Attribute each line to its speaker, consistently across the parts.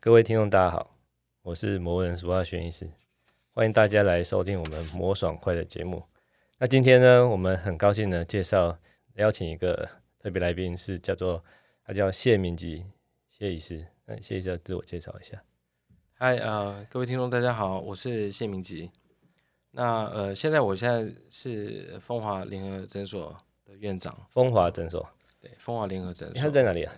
Speaker 1: 各位听众，大家好，我是魔人俗话轩医师，欢迎大家来收听我们魔爽快的节目。那今天呢，我们很高兴呢，介绍邀请一个特别来宾，是叫做他叫谢明吉谢医师。那谢医师要自我介绍一下。
Speaker 2: 嗨，呃，各位听众，大家好，我是谢明吉。那呃，现在我现在是风华联合诊所的院长，
Speaker 1: 风华诊所，
Speaker 2: 对，风华联合诊
Speaker 1: 诶他
Speaker 2: 所，
Speaker 1: 在哪里啊？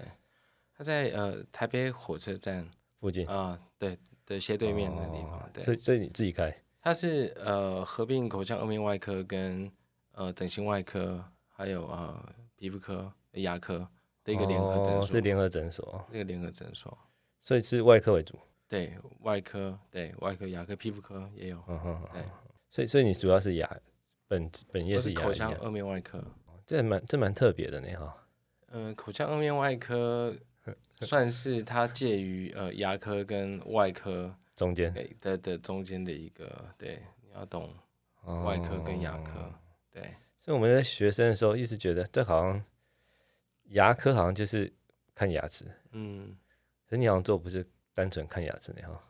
Speaker 2: 他在呃台北火车站
Speaker 1: 附近？
Speaker 2: 啊、对的斜对面的地方，
Speaker 1: 哦所
Speaker 2: 对，
Speaker 1: 以所以你自己开
Speaker 2: 他是呃合并口腔颌面外科跟呃整形外科，还有呃皮肤科、呃牙科的一个联合诊
Speaker 1: 哦
Speaker 2: 所，
Speaker 1: 是联合诊所，
Speaker 2: 一个联合诊所，
Speaker 1: 所以是外科为主。
Speaker 2: 对外科，对外科、牙科、皮肤科也有，
Speaker 1: 嗯哼
Speaker 2: 对，
Speaker 1: 所以所以你主要是牙本本业
Speaker 2: 我
Speaker 1: 是牙
Speaker 2: 口
Speaker 1: 医
Speaker 2: 腔
Speaker 1: 啊，
Speaker 2: 颌面外科。
Speaker 1: 这还蛮这蛮特别的呢哈。
Speaker 2: 呃，口腔颌面外科算是它介于呃牙科跟外科
Speaker 1: 中间
Speaker 2: 诶的的中间的一个，对，你要懂外科跟牙科，
Speaker 1: 哦
Speaker 2: 对，
Speaker 1: 所以我们在学生的时候一直觉得这好像牙科好像就是看牙齿，
Speaker 2: 嗯，
Speaker 1: 可是你好像做不是单纯看牙齿呢哈。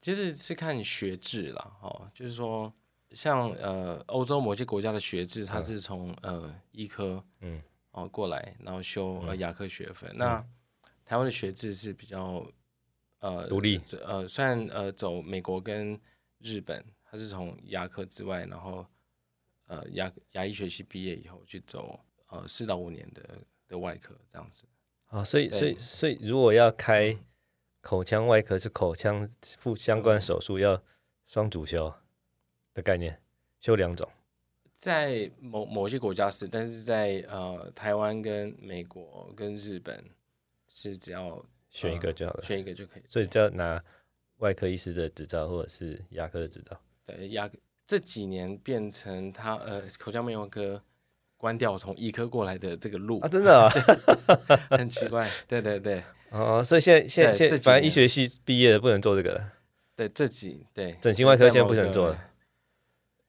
Speaker 2: 其实是看学制啦，哦，就是说像呃欧洲某些国家的学制，它是从、呃医科
Speaker 1: 嗯
Speaker 2: 哦过来，然后修呃
Speaker 1: 嗯
Speaker 2: 牙科学分，那台湾的学制是比较呃
Speaker 1: 独立
Speaker 2: 这呃，虽然呃走美国跟日本，它是从牙科之外，然后呃牙牙医学系毕业以后去走呃四到五年的的外科这样子。
Speaker 1: 啊，所以
Speaker 2: 对嗯
Speaker 1: 所以所以如果要开口腔外科是口腔附相关手术要双主修的概念，修两种。
Speaker 2: 在某某些国家是，但是在呃台湾跟美国跟日本是只要
Speaker 1: 选一个就好了，
Speaker 2: 选一个就可以。
Speaker 1: 所以就要拿外科医师的执照或者是牙科的执照。
Speaker 2: 对牙这几年变成他呃口腔美容科关掉从医科过来的这个路，
Speaker 1: 啊，真的啊，
Speaker 2: 很奇怪。对对对
Speaker 1: 哦，所以现在现在
Speaker 2: 对
Speaker 1: 现在
Speaker 2: 这几
Speaker 1: 反正医
Speaker 2: 年
Speaker 1: 学系毕业的不能做这个了，
Speaker 2: 对，这几对
Speaker 1: 整形外科
Speaker 2: 在
Speaker 1: 现在
Speaker 2: 某
Speaker 1: 不能
Speaker 2: 个
Speaker 1: 做了，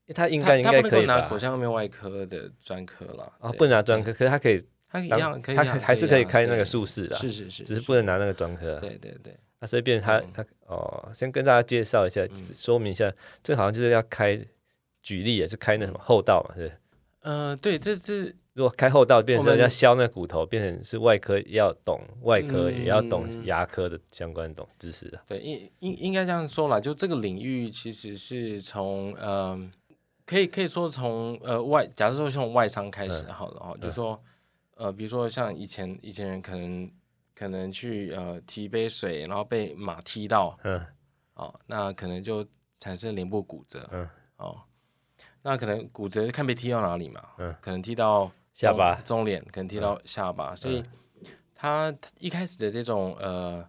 Speaker 1: 诶他应
Speaker 2: 他
Speaker 1: 该应
Speaker 2: 他
Speaker 1: 该
Speaker 2: 不能
Speaker 1: 可
Speaker 2: 够
Speaker 1: 以
Speaker 2: 拿
Speaker 1: 吧
Speaker 2: 口？腔没有外科的专科了
Speaker 1: 啊，
Speaker 2: 对
Speaker 1: 不能拿专科，可是他可以
Speaker 2: 他一
Speaker 1: 当
Speaker 2: 样可以
Speaker 1: 他
Speaker 2: 啊，
Speaker 1: 还是可以
Speaker 2: 啊
Speaker 1: 开那
Speaker 2: 对
Speaker 1: 个术士的啊，
Speaker 2: 是是是，
Speaker 1: 只是不能拿那个专科啊。
Speaker 2: 对对对，
Speaker 1: 那所以变成他
Speaker 2: 嗯
Speaker 1: 他哦，先跟大家介绍一下，说明一下，这好像就是要开举例，也是开那什么后道嘛，是不是。
Speaker 2: 呃，对，这这
Speaker 1: 如果开后道，变
Speaker 2: 我
Speaker 1: 成
Speaker 2: 们
Speaker 1: 要削那骨头，变成是外科要懂外科，也要懂
Speaker 2: 嗯
Speaker 1: 牙科的相关懂知识的。
Speaker 2: 对，应应应该这样说啦，就这个领域其实是从呃，可以可以说从呃外，假设说从外商开
Speaker 1: 嗯
Speaker 2: 始好了哦，就说呃，比如说像以前以前人可能可能去呃提一杯水，然后被马踢到，
Speaker 1: 嗯，
Speaker 2: 哦，那可能就产生脸部骨折，
Speaker 1: 嗯，
Speaker 2: 哦，那可能骨折看被踢到哪里嘛，
Speaker 1: 嗯，
Speaker 2: 可能踢到
Speaker 1: 下
Speaker 2: 中
Speaker 1: 巴嗯
Speaker 2: 中脸，可能踢到下巴，所以他一开始的这种呃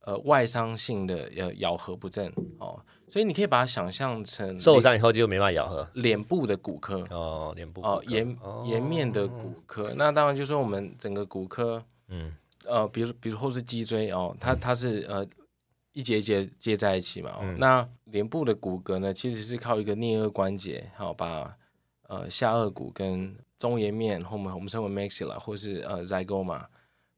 Speaker 2: 呃外伤性的呃咬合不正哦，所以你可以把它想象成
Speaker 1: 受
Speaker 2: 脸
Speaker 1: 伤以后就没办法咬合
Speaker 2: 脸部的骨科
Speaker 1: 哦，脸部
Speaker 2: 哦
Speaker 1: 骨，骼哦
Speaker 2: 颜颜面的骨科，那当然就是说我们整个骨科
Speaker 1: 嗯
Speaker 2: 呃，比如说比如后是脊椎哦，它它是呃一节一节接在一起嘛、哦
Speaker 1: 嗯
Speaker 2: 那脸部的骨骼呢，其实是靠一个颞颌关节，好、把呃下颚骨跟中颜面，后面我们称为 maxilla 或是呃 zygoma，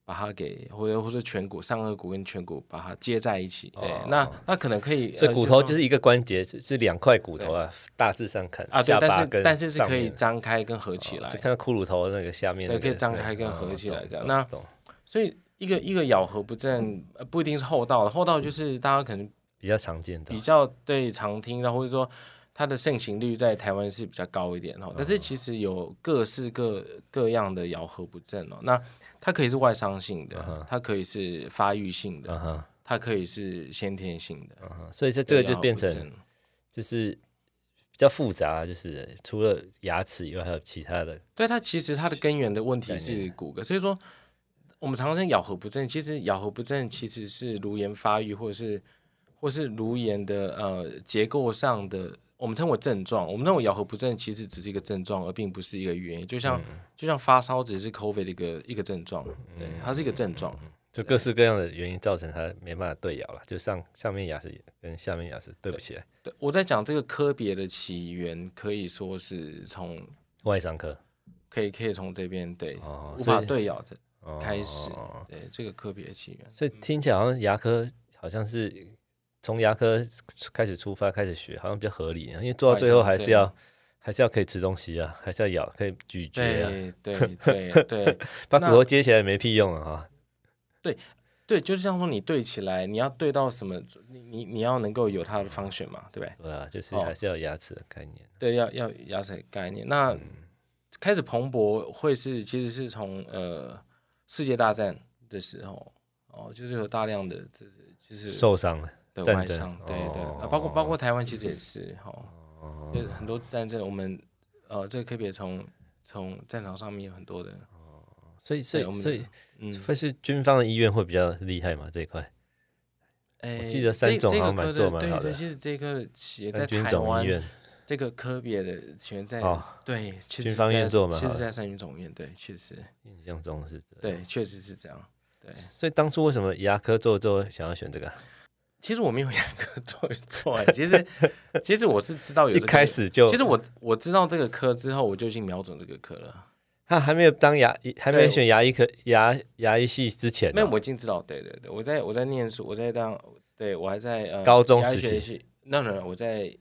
Speaker 2: 把它给或者或者颧骨上颚骨跟颧骨把它接在一起。对，
Speaker 1: 哦
Speaker 2: 那那可能可以，
Speaker 1: 所以
Speaker 2: 呃
Speaker 1: 骨头就
Speaker 2: 说
Speaker 1: 是一个关节，是是两块骨头啊，大致上看
Speaker 2: 啊，对
Speaker 1: 下，
Speaker 2: 但
Speaker 1: 巴
Speaker 2: 是
Speaker 1: 跟
Speaker 2: 但是是
Speaker 1: 上
Speaker 2: 可以
Speaker 1: 面
Speaker 2: 张开跟合起来
Speaker 1: 哦就，看到骷髅头那个下面那
Speaker 2: 对
Speaker 1: 个，
Speaker 2: 可以张开
Speaker 1: 对
Speaker 2: 跟
Speaker 1: 啊
Speaker 2: 合起来这
Speaker 1: 懂
Speaker 2: 样那
Speaker 1: 懂
Speaker 2: 所以一个一个咬合不
Speaker 1: 嗯
Speaker 2: 正，呃不一定是后道的，后道就是大家可能
Speaker 1: 比较常见的
Speaker 2: 比较对常听到，或者说它的盛行率在台湾是比较高一点哦。但
Speaker 1: 嗯
Speaker 2: 是其实有各式各各样的咬合不正哦。那它可以是外伤性
Speaker 1: 嗯
Speaker 2: 的，它可以是发育
Speaker 1: 啊
Speaker 2: 性的，
Speaker 1: 哈
Speaker 2: 它可以是先天性的。
Speaker 1: 啊哈，所以这这个
Speaker 2: 咬
Speaker 1: 就
Speaker 2: 合
Speaker 1: 变
Speaker 2: 不
Speaker 1: 成
Speaker 2: 正
Speaker 1: 就是比较复杂，啊就是除了牙齿以外，还有其他的
Speaker 2: 对它其实它的根源的问题
Speaker 1: 概
Speaker 2: 是骨骼，所以说我们常常讲咬合不正，其实咬合不正其实是颅炎发育或者是或是颅炎的呃结构上的，我们称为症状。我们认为咬合不正其实只是一个症状，而并不是一个原因。就像、
Speaker 1: 嗯
Speaker 2: 就像发烧只是 COVID 的一个一个症状，对，它是一个症状。
Speaker 1: 就各式各样的原因造成它没办法对咬了，就上上面牙齿跟下面牙齿对不起来，
Speaker 2: 对，我在讲这个科别的起源，可以说是从
Speaker 1: 外伤科
Speaker 2: 可以可以从这边对、
Speaker 1: 哦
Speaker 2: 无
Speaker 1: 所
Speaker 2: 法
Speaker 1: 以
Speaker 2: 对咬的
Speaker 1: 哦
Speaker 2: 开始，对这个科别的起源。
Speaker 1: 所以听起来好像牙科好像是从牙科开始出发开始学，好像比较合理，啊因为做到最后还是要还是要可以吃东西啊，还是要咬，可以咀嚼啊，
Speaker 2: 对对对 对
Speaker 1: 把骨头接起来没屁用了啊哈。
Speaker 2: 对，就是像说你对起来，你要对到什么，你你你要能够有它的方选嘛，对不对？
Speaker 1: 对啊，就是
Speaker 2: 哦
Speaker 1: 还是要有牙齿的概念。
Speaker 2: 对，要要牙齿的概念。那
Speaker 1: 嗯
Speaker 2: 开始蓬勃会是其实是从呃世界大战的时候哦，就是有大量的就是就是
Speaker 1: 受伤了，
Speaker 2: 的
Speaker 1: 战
Speaker 2: 外
Speaker 1: 争
Speaker 2: 伤，对对，
Speaker 1: 哦嗯
Speaker 2: 啊，包括包括台湾其实也是哈，哦就是很多战争，我们呃这个可以别从从战场上面有很多的，
Speaker 1: 所以所
Speaker 2: 对我
Speaker 1: 以
Speaker 2: 们
Speaker 1: 所以
Speaker 2: 嗯，
Speaker 1: 会是军方的医院会比较厉害嘛这一块。
Speaker 2: 哎，
Speaker 1: 记得
Speaker 2: 这
Speaker 1: 三种
Speaker 2: 这个
Speaker 1: 好像蛮
Speaker 2: 科的
Speaker 1: 做蛮
Speaker 2: 对
Speaker 1: 好
Speaker 2: 对
Speaker 1: 的
Speaker 2: 其实这个也在
Speaker 1: 但军
Speaker 2: 台
Speaker 1: 总
Speaker 2: 湾
Speaker 1: 医院
Speaker 2: 这个科别的起源在
Speaker 1: 哦，
Speaker 2: 对，其
Speaker 1: 军
Speaker 2: 实
Speaker 1: 方
Speaker 2: 在
Speaker 1: 院做蛮
Speaker 2: 其
Speaker 1: 好
Speaker 2: 实
Speaker 1: 的
Speaker 2: 在三军总院，对，确实，
Speaker 1: 印象中是这样。
Speaker 2: 对，确实是这样。
Speaker 1: 所以当初为什么牙科做做想要选这个啊？
Speaker 2: 其实我没有牙科做做啊，其实其实我是知道有、
Speaker 1: 一
Speaker 2: 这个
Speaker 1: 开，始就
Speaker 2: 其实我我知道这个科之后，我就已经瞄准这个科了。
Speaker 1: 他啊还没有当牙医，还没有
Speaker 2: 对
Speaker 1: 选牙医科牙牙医系之前
Speaker 2: 没
Speaker 1: 啊、
Speaker 2: 有，我已经知道，对对对，我在我在念书，我在当，对我还在呃
Speaker 1: 高中
Speaker 2: 牙
Speaker 1: 时
Speaker 2: 医学
Speaker 1: 期
Speaker 2: 系，no no no，我在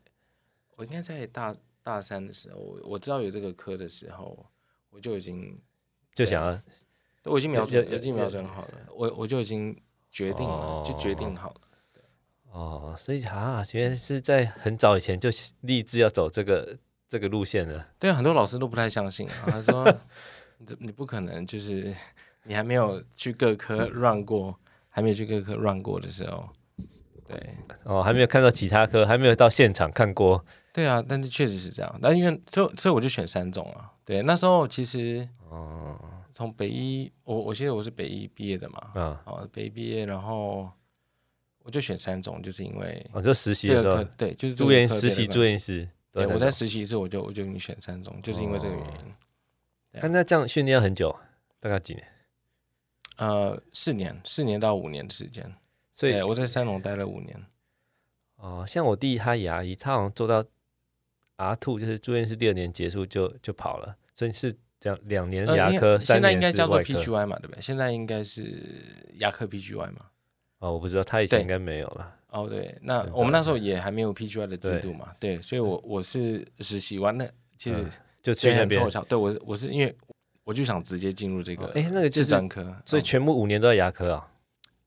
Speaker 2: 我应该在大大三的时候，我我知道有这个科的时候，我就已经
Speaker 1: 就想要
Speaker 2: 我已经瞄
Speaker 1: 有
Speaker 2: 准
Speaker 1: 有
Speaker 2: 了，我已经
Speaker 1: 有
Speaker 2: 瞄准好了，我我就已经决定了，就决定好了。
Speaker 1: 哦，所以啊，原来是在很早以前就立志要走这个这个路线了。
Speaker 2: 对啊，很多老师都不太相信啊，他 说你这你不可能，就是你还没有去各
Speaker 1: 嗯
Speaker 2: 科 run 过，还没有去各科 run 过的时候，对
Speaker 1: 哦，还没有看到其他科，还没有到现场看过。
Speaker 2: 对啊，但是确实是这样，但因为所以所以我就选三种啊，对，那时候其实
Speaker 1: 哦，
Speaker 2: 从北一，我我记得我是北一毕业的嘛，
Speaker 1: 啊，
Speaker 2: 哦，北一毕业，然后我就选三种，就是因为
Speaker 1: 我、哦、就实习
Speaker 2: 这
Speaker 1: 的
Speaker 2: 个
Speaker 1: 时
Speaker 2: 科
Speaker 1: 候，
Speaker 2: 对，就是这
Speaker 1: 住
Speaker 2: 个
Speaker 1: 院
Speaker 2: 科
Speaker 1: 实
Speaker 2: 别的
Speaker 1: 习
Speaker 2: 关
Speaker 1: 住院师。
Speaker 2: 对，
Speaker 1: 都
Speaker 2: 我在
Speaker 1: 那种
Speaker 2: 实习的时候我就我就已经选三种，就是因为这个原因。
Speaker 1: 哦啊那那这样训练要很久，大概几年？
Speaker 2: 呃，四年，四年到五年的时间，
Speaker 1: 所以
Speaker 2: 对我在三龙待了五年。
Speaker 1: 哦，像我弟他牙医，他好像做到 R two，就是住院是第二年结束就就跑了，所以是这样两年
Speaker 2: 呃
Speaker 1: 牙
Speaker 2: 因为
Speaker 1: 科，三
Speaker 2: 现在应
Speaker 1: 年
Speaker 2: 该
Speaker 1: 是
Speaker 2: 叫做
Speaker 1: 外科。
Speaker 2: PGY 嘛，对不对？现在应该是牙科 PGY 嘛。
Speaker 1: 哦，我不知道，他以前
Speaker 2: 对
Speaker 1: 应该没有了。
Speaker 2: 哦，对，那
Speaker 1: 很早
Speaker 2: 我们那时候也还没有 PGY 的
Speaker 1: 对
Speaker 2: 制度嘛，对，所以我我是实习完了，其实
Speaker 1: 嗯就去
Speaker 2: 虽
Speaker 1: 那
Speaker 2: 然
Speaker 1: 边
Speaker 2: 凑，巧，对我是我是因为我就想直接进入这个
Speaker 1: 哦诶那个就
Speaker 2: 智
Speaker 1: 是
Speaker 2: 障科，
Speaker 1: 所以
Speaker 2: 嗯
Speaker 1: 全部五年都在牙科啊，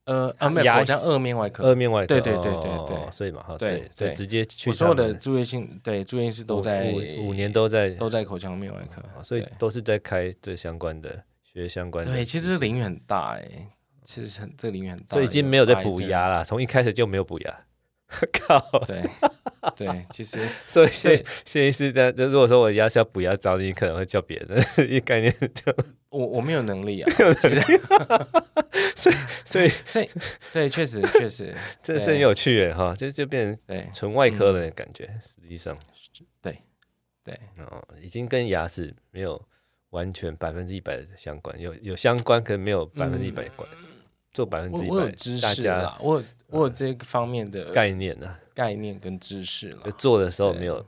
Speaker 2: 呃啊没有，
Speaker 1: 牙
Speaker 2: 我像二面外科
Speaker 1: 二，面外科。
Speaker 2: 对对对对
Speaker 1: 哦
Speaker 2: 对
Speaker 1: 哦所以嘛，哈，
Speaker 2: 对
Speaker 1: 对，所以
Speaker 2: 对
Speaker 1: 直接去
Speaker 2: 我所有
Speaker 1: 他们
Speaker 2: 的住院性对住院师都
Speaker 1: 五
Speaker 2: 在
Speaker 1: 五五年都在，
Speaker 2: 都在口腔面外科，
Speaker 1: 哦所以
Speaker 2: 对
Speaker 1: 都是在开这相关的学相关的知识。
Speaker 2: 对，其实领域很大哎、其实很这个领域很大，
Speaker 1: 所以已经没有在
Speaker 2: 癌
Speaker 1: 补
Speaker 2: 症。
Speaker 1: 牙了，从一开始就没有补牙。 靠！
Speaker 2: 对对，其实
Speaker 1: 所以现现在是在，就如果说我牙齿要补牙找你可能会叫别人， 一概念是这样。
Speaker 2: 我我没有能力啊，
Speaker 1: 所以
Speaker 2: 所以对，确实确实
Speaker 1: 这是很有趣耶哈，就就变成
Speaker 2: 对
Speaker 1: 纯外科
Speaker 2: 嗯
Speaker 1: 的感觉。实际上，
Speaker 2: 对
Speaker 1: 哦，已经跟牙齿没有完全百分之一百的相关，有有相关，可能没有百分之一百关，做百分
Speaker 2: 我
Speaker 1: 之一
Speaker 2: 我有
Speaker 1: 百
Speaker 2: 知
Speaker 1: 大
Speaker 2: 识
Speaker 1: 家嗯
Speaker 2: 啦，我有我有这个方面的
Speaker 1: 概
Speaker 2: 概
Speaker 1: 念呢、
Speaker 2: 概念跟知识啦
Speaker 1: 就，做的时候
Speaker 2: 对
Speaker 1: 没有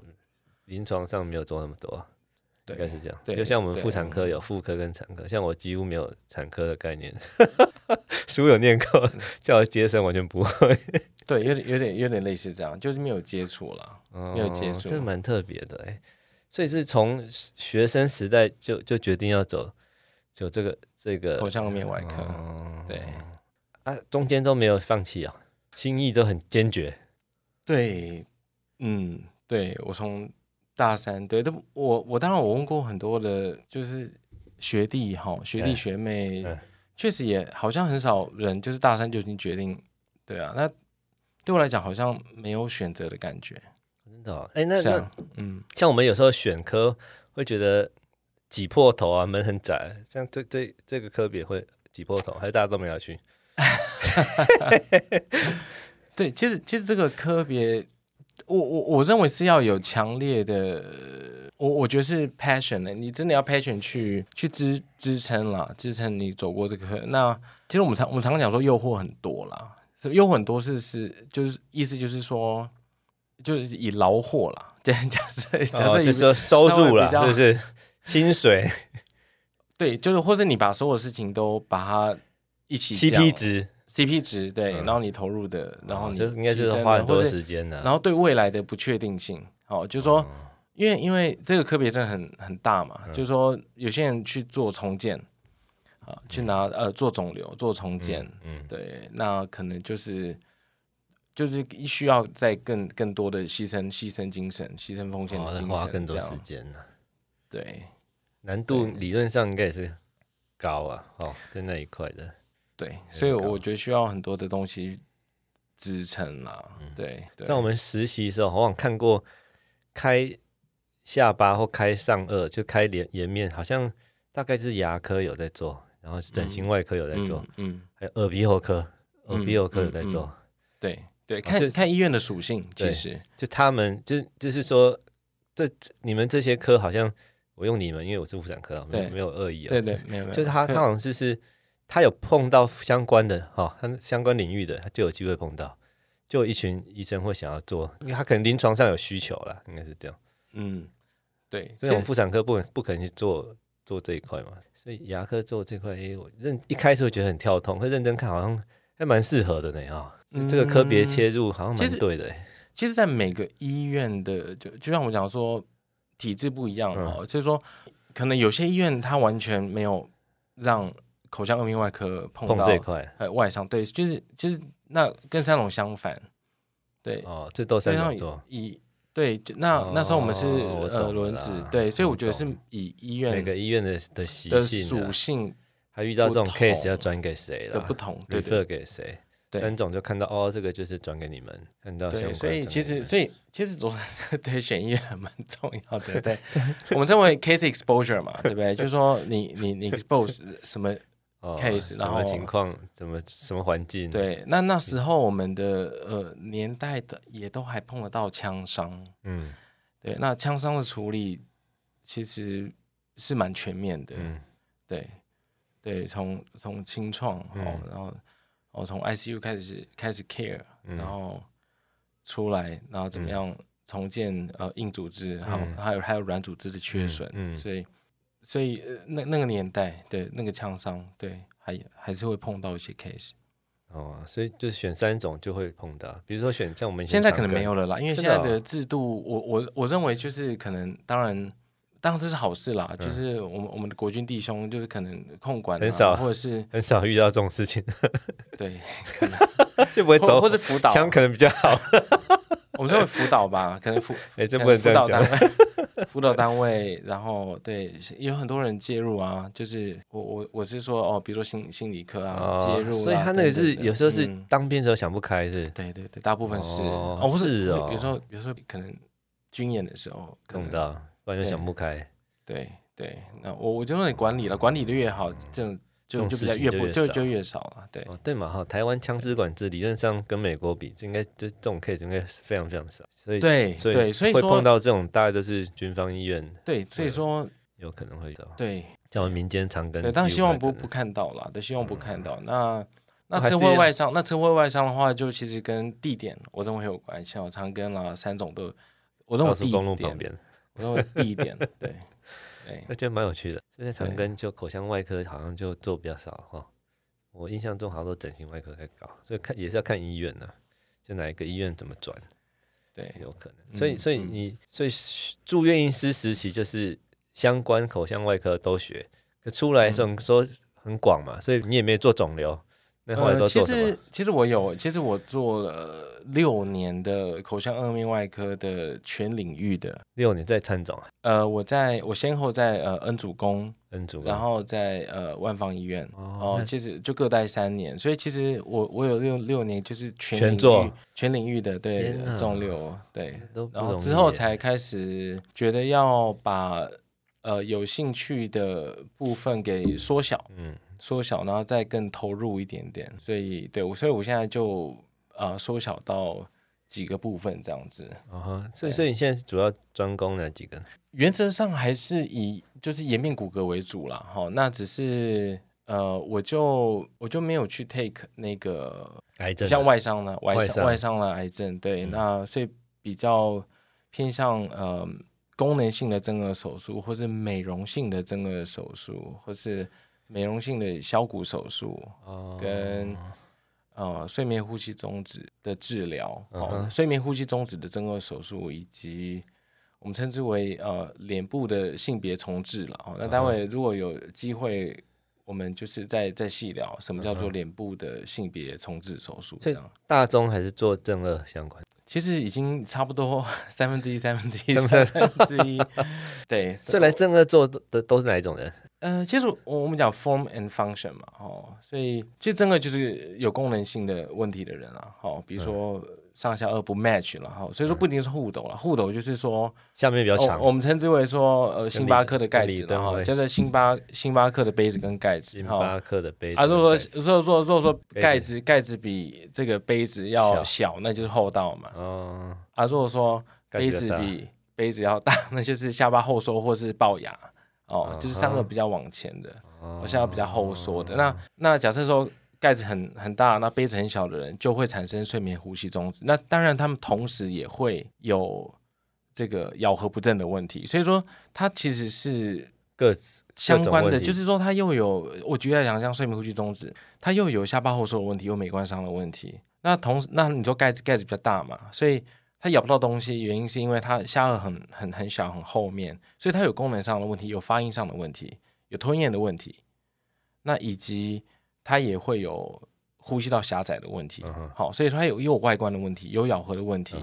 Speaker 1: 临床上没有做那么多，应该
Speaker 2: 对
Speaker 1: 是这样。
Speaker 2: 对
Speaker 1: 就像我们
Speaker 2: 对
Speaker 1: 妇产科有妇科跟产科，像我几乎没有产科的概念， 书有念过，
Speaker 2: 嗯
Speaker 1: 叫我接生完全不会。
Speaker 2: 对，有点有点有点类似这样，就是没有接触啦。
Speaker 1: 没
Speaker 2: 没有接触
Speaker 1: 哦这蛮特别的哎、所以是从学生时代就就决定要走走这个这个
Speaker 2: 口腔面外科，
Speaker 1: 哦
Speaker 2: 对
Speaker 1: 啊，中间都没有放弃啊、心意都很坚决。
Speaker 2: 对，嗯，对我从大三对，都我我当然我问过很多的，就是学弟哈，学弟
Speaker 1: 嗯
Speaker 2: 学妹
Speaker 1: 嗯，
Speaker 2: 确实也好像很少人就是大三就已经决定，对啊，那对我来讲好像没有选择的感觉，
Speaker 1: 真的、哦，哎，那
Speaker 2: 是
Speaker 1: 那
Speaker 2: 啊，嗯，
Speaker 1: 像我们有时候选科会觉得挤破头啊，门很窄，像这这这个科别会挤破头，还是大家都没有去？
Speaker 2: 对，其实其实这个科别，我我我认为是要有强烈的，我我觉得是 passion 的，你真的要 passion 去去支支撑啦，支撑你走过这个科。那其实我们常我们常讲说诱惑很多啦，是诱惑很多是是就是意思就是说，就是以劳获啦，对，假设假
Speaker 1: 哦
Speaker 2: 设
Speaker 1: 就
Speaker 2: 以
Speaker 1: 是说收
Speaker 2: 稍微
Speaker 1: 入啦，
Speaker 2: 比较
Speaker 1: 就是 薪水
Speaker 2: 对，就是或是你把所有事情都把它一起
Speaker 1: CP
Speaker 2: 讲
Speaker 1: 值嗯
Speaker 2: CP 值对，然后你投入的，然后
Speaker 1: 哦
Speaker 2: 你
Speaker 1: 这应该
Speaker 2: 牺
Speaker 1: 是
Speaker 2: 牲的
Speaker 1: 花很
Speaker 2: 或
Speaker 1: 多
Speaker 2: 是
Speaker 1: 时间的啊，
Speaker 2: 然后对未来的不确定性，好、就是
Speaker 1: 哦
Speaker 2: 说，因为因为这个科别症很很大嘛，
Speaker 1: 嗯
Speaker 2: 就是说有些人去做重建，啊，去拿呃做肿瘤做重建，
Speaker 1: 嗯，
Speaker 2: 对，那可能就是就是需要再更更多的牺牲牺牲精神，牺牲风险
Speaker 1: 哦
Speaker 2: 的
Speaker 1: 那
Speaker 2: 精
Speaker 1: 花
Speaker 2: 神，
Speaker 1: 更多
Speaker 2: 这样
Speaker 1: 时间呢，
Speaker 2: 对
Speaker 1: 难度理论上应该也是高啊，哦，在那一块的，
Speaker 2: 对，所以
Speaker 1: 是高
Speaker 2: 我觉得需要很多的东西支撑啦，对，对
Speaker 1: 嗯在我们实习的时候，好像看过开下巴或开上颚，就开脸颜面，好像大概就是牙科有在做，然后整形外科有在做，
Speaker 2: 嗯嗯，
Speaker 1: 还有耳鼻喉科，
Speaker 2: 嗯
Speaker 1: 耳鼻喉科有在做。
Speaker 2: 嗯对对，看
Speaker 1: 就
Speaker 2: 看医院的属性，
Speaker 1: 啊
Speaker 2: 其
Speaker 1: 对
Speaker 2: 实
Speaker 1: 就他们就就是说，这你们这些科好像我用你们，因为我是妇产科啊，没
Speaker 2: 对
Speaker 1: 有没有恶意啊。
Speaker 2: 对对，没有没有，
Speaker 1: 就是他他好像就是他有碰到相关的哈、哦，他相关领域的他就有机会碰到。就有一群医生会想要做，因为他可能临床上有需求啦，应该是这样。
Speaker 2: 嗯，对，
Speaker 1: 所以我们妇产科不能不可能去做做这一块嘛，所以牙科做这块，诶，我认一开始我觉得很跳痛，可是认真看好像还蛮适合的呢啊、哦，
Speaker 2: 嗯
Speaker 1: 这个科别切入好像
Speaker 2: 其
Speaker 1: 蛮
Speaker 2: 实
Speaker 1: 对的诶，
Speaker 2: 其实，在每个医院的，就就像我讲说，体制不一样
Speaker 1: 嗯
Speaker 2: 哦，就是说，可能有些医院它完全没有让口腔颌面外科碰
Speaker 1: 碰
Speaker 2: 到
Speaker 1: 这一块
Speaker 2: 呃外伤，对，就是就是那跟三龙相反，对，
Speaker 1: 哦，这都三
Speaker 2: 三
Speaker 1: 种
Speaker 2: 龙
Speaker 1: 做，
Speaker 2: 以对，就那、
Speaker 1: 哦
Speaker 2: 那时候我们是
Speaker 1: 我懂
Speaker 2: 呃
Speaker 1: 了
Speaker 2: 轮子
Speaker 1: 啦，
Speaker 2: 对，所以我觉得
Speaker 1: 我懂
Speaker 2: 是以医
Speaker 1: 每
Speaker 2: 院
Speaker 1: 个医院的的习
Speaker 2: 的
Speaker 1: 性、啊
Speaker 2: 属，性
Speaker 1: 还遇到这种
Speaker 2: 不同
Speaker 1: case 要转给谁
Speaker 2: 的
Speaker 1: 了
Speaker 2: 不同，对对
Speaker 1: ，refer 给谁，
Speaker 2: 对
Speaker 1: 三种就看到哦，这个就是转给你们，看到相
Speaker 2: 对，
Speaker 1: 关
Speaker 2: 所以
Speaker 1: 转给
Speaker 2: 其
Speaker 1: 你
Speaker 2: 实，
Speaker 1: 们
Speaker 2: 所以其实总是 对选医院还蛮重 要的。对，
Speaker 1: 啊
Speaker 2: 我们称为 case exposure 嘛，对不对？就是说你你你 expose 什么？
Speaker 1: 哦
Speaker 2: case，
Speaker 1: 什
Speaker 2: 然
Speaker 1: 么
Speaker 2: 后
Speaker 1: 情况，什么什么环境，，
Speaker 2: 对，那那时候我们的呃年代的也都还碰得到枪伤，
Speaker 1: 嗯
Speaker 2: 对，那枪伤的处理其实是蛮全面的，
Speaker 1: 嗯
Speaker 2: 对对，从从清创哦，然后哦从 ICU 开始开始 care，
Speaker 1: 嗯，
Speaker 2: 然后出来，然后怎么
Speaker 1: 嗯
Speaker 2: 样重建、呃硬组织，还有、
Speaker 1: 嗯
Speaker 2: 还有还有软组织的缺损，
Speaker 1: 嗯嗯
Speaker 2: 所以所以、呃那那个年代，对那个枪伤，对还还是会碰到一些 case，
Speaker 1: 哦，所以就选三种就会碰到，比如说选像我们以前
Speaker 2: 现在
Speaker 1: 常
Speaker 2: 可能
Speaker 1: 跟
Speaker 2: 没有了啦，因为
Speaker 1: 真
Speaker 2: 现
Speaker 1: 的
Speaker 2: 在
Speaker 1: 哦
Speaker 2: 的制度，我我我认为就是可能，当然。当然这是好事啦，就是我们我们的国军弟兄，就是可能控管、啊、
Speaker 1: 嗯很少
Speaker 2: 或者是
Speaker 1: 很少遇到这种事 情，
Speaker 2: 对，
Speaker 1: 就不会
Speaker 2: 或
Speaker 1: 走
Speaker 2: 或是辅导，
Speaker 1: 枪可能比较好。
Speaker 2: 我们认为辅导吧，可能呃辅
Speaker 1: 哎，这
Speaker 2: 可
Speaker 1: 不能
Speaker 2: 能
Speaker 1: 这
Speaker 2: 辅
Speaker 1: 样
Speaker 2: 导
Speaker 1: 讲
Speaker 2: 单。位，辅导单位，然后对，有很多人介入啊，就是我我我是说哦，比如说心心理科啊、
Speaker 1: 哦
Speaker 2: 介入啦、
Speaker 1: 所以他那个是
Speaker 2: 等等的
Speaker 1: 有时候是
Speaker 2: 嗯
Speaker 1: 当兵的时候想不开是
Speaker 2: 对对对，大部分是
Speaker 1: 哦
Speaker 2: 或
Speaker 1: 是哦
Speaker 2: 有有时候有时候可能军演的时候可
Speaker 1: 碰
Speaker 2: 能
Speaker 1: 到，不然就想不开。
Speaker 2: 对对，那我我就认为管理了，管理的越好，这种
Speaker 1: 这
Speaker 2: 就
Speaker 1: 种
Speaker 2: 就比
Speaker 1: 事
Speaker 2: 较
Speaker 1: 情
Speaker 2: 越
Speaker 1: 就
Speaker 2: 不
Speaker 1: 越
Speaker 2: 就
Speaker 1: 少
Speaker 2: 就越少了，对
Speaker 1: 哦，对嘛哈，台湾枪支管制理论上跟美国比，这应该这这种 case 应该是非常非常少，所以
Speaker 2: 对
Speaker 1: 所
Speaker 2: 对，所以
Speaker 1: 会
Speaker 2: 说
Speaker 1: 碰到这种大概都是军方医院
Speaker 2: 对，所以说
Speaker 1: 有可能会走，
Speaker 2: 对。
Speaker 1: 像我们民间长
Speaker 2: 对，
Speaker 1: 跟，
Speaker 2: 但希望不
Speaker 1: 不
Speaker 2: 不看到啦，对，希望不看到。那那
Speaker 1: 嗯还是
Speaker 2: 车祸外伤，那车祸外伤的话，就其实跟地点，我认为有关系哦。长庚啦、三种都有，我认为
Speaker 1: 高速
Speaker 2: 地
Speaker 1: 公路
Speaker 2: 点，
Speaker 1: 旁边，
Speaker 2: 我认为地点，对对
Speaker 1: 那觉得蛮有趣的。所以在长
Speaker 2: 对
Speaker 1: 庚就口腔外科好像就做比较少哈、哦，我印象中好像都整形外科在搞，所以看也是要看医院呢、就哪一个医院怎么转
Speaker 2: 对
Speaker 1: 有可能。所以
Speaker 2: 嗯
Speaker 1: 所以
Speaker 2: 嗯
Speaker 1: 你所以住院医师实习就是相关口腔外科都学，可出来的时
Speaker 2: 嗯
Speaker 1: 候你说很广嘛，所以你也没有做肿瘤， 那后来都
Speaker 2: 呃，其
Speaker 1: 做什么？
Speaker 2: 实其实我有，其实我做了六年的口腔颌面外科的全领域的。
Speaker 1: 六年在参总啊，
Speaker 2: 呃，我在我先后在呃恩主公，
Speaker 1: 恩主啊，
Speaker 2: 然后在呃万方医院，
Speaker 1: 哦
Speaker 2: 哦，，其实就各待三年，所以其实我我有六六年就是全
Speaker 1: 全
Speaker 2: 领域
Speaker 1: 做
Speaker 2: 全领域的对
Speaker 1: 天哪
Speaker 2: 肿瘤对，
Speaker 1: 那都不
Speaker 2: 然后
Speaker 1: 容易
Speaker 2: 之后
Speaker 1: 耶
Speaker 2: 才开始觉得要把呃有兴趣的部分给缩小
Speaker 1: 嗯
Speaker 2: 缩小，然后再更投入一点点，所以对我所以我现在就呃缩小到几个部分这样子，
Speaker 1: 啊哈，所以
Speaker 2: 对
Speaker 1: 所以你现在是主要专攻哪几个？
Speaker 2: 原则上还是以就是颜面骨骼为主啦，哈，那只是。呃，我就我就没有去 take 那个
Speaker 1: 癌症啊
Speaker 2: 像外伤呢，外
Speaker 1: 外
Speaker 2: 伤
Speaker 1: 伤
Speaker 2: 外伤了癌症，对，
Speaker 1: 嗯
Speaker 2: 那所以比较偏向呃功能性的增额手术，或是美容性的增额手术，或是美容性的削骨手术，
Speaker 1: 哦
Speaker 2: 跟呃睡眠呼吸中止的治疗，
Speaker 1: 嗯
Speaker 2: 哦睡眠呼吸中止的增恶手术，以及我们称之为呃脸部的性别重置了。哦，那
Speaker 1: 嗯
Speaker 2: 待会如果有机会，我们就是再再细聊什么叫做脸部的性别重置手术。
Speaker 1: 嗯
Speaker 2: 这
Speaker 1: 所以
Speaker 2: 样
Speaker 1: 大宗还是做正二相关，
Speaker 2: 其实已经差不多三分之一、三分之一、三分之一。对，
Speaker 1: 所以来正二做的都是哪一种人？
Speaker 2: 呃，其实我我们讲 form and function 嘛，哦，所以其实真的就是有功能性的问题的人啊，好、比如说上下颚不 match 了哈、所以说不一定是互斗了，互斗就是说，
Speaker 1: 下面比较
Speaker 2: 哦
Speaker 1: 长，
Speaker 2: 我们称之为说呃星巴克的盖
Speaker 1: 跟李
Speaker 2: 子
Speaker 1: 登
Speaker 2: 然后
Speaker 1: 辉
Speaker 2: 叫做星巴星巴克的杯子跟盖子
Speaker 1: 星，
Speaker 2: 哈、
Speaker 1: 巴克的杯子
Speaker 2: 啊，如果
Speaker 1: 跟盖子
Speaker 2: 说如果说如果说
Speaker 1: 杯子
Speaker 2: 盖子盖子比这个杯子要
Speaker 1: 小
Speaker 2: 小，那就是厚道嘛，
Speaker 1: 哦，
Speaker 2: 啊，如果说
Speaker 1: 盖
Speaker 2: 杯
Speaker 1: 子
Speaker 2: 子
Speaker 1: 比较大
Speaker 2: 比杯子要大， 那就是下巴后收或是龅牙哦，就是上颚比较往前的，我下巴比较后缩的。那那假设说盖子很很大，那杯子很小的人就会产生睡眠呼吸中止。那当然，他们同时也会有这个咬合不正的问题，所以说它其实是
Speaker 1: 各
Speaker 2: 相关的，就是是说它又有，我举例来讲，像睡眠呼吸中止，它又有下巴后收的问题，有美观上的问题。那同时，那你说盖子盖子比较大嘛，所以它咬不到东西，原因是因为它下颚很很很小，很后面，所以它有功能上的问题，有发音上的问题，有吞咽的问题，那以及它也会有呼吸道狭窄的问
Speaker 1: 嗯
Speaker 2: 题。好，所以它有也有外观的问题，有咬合的问题，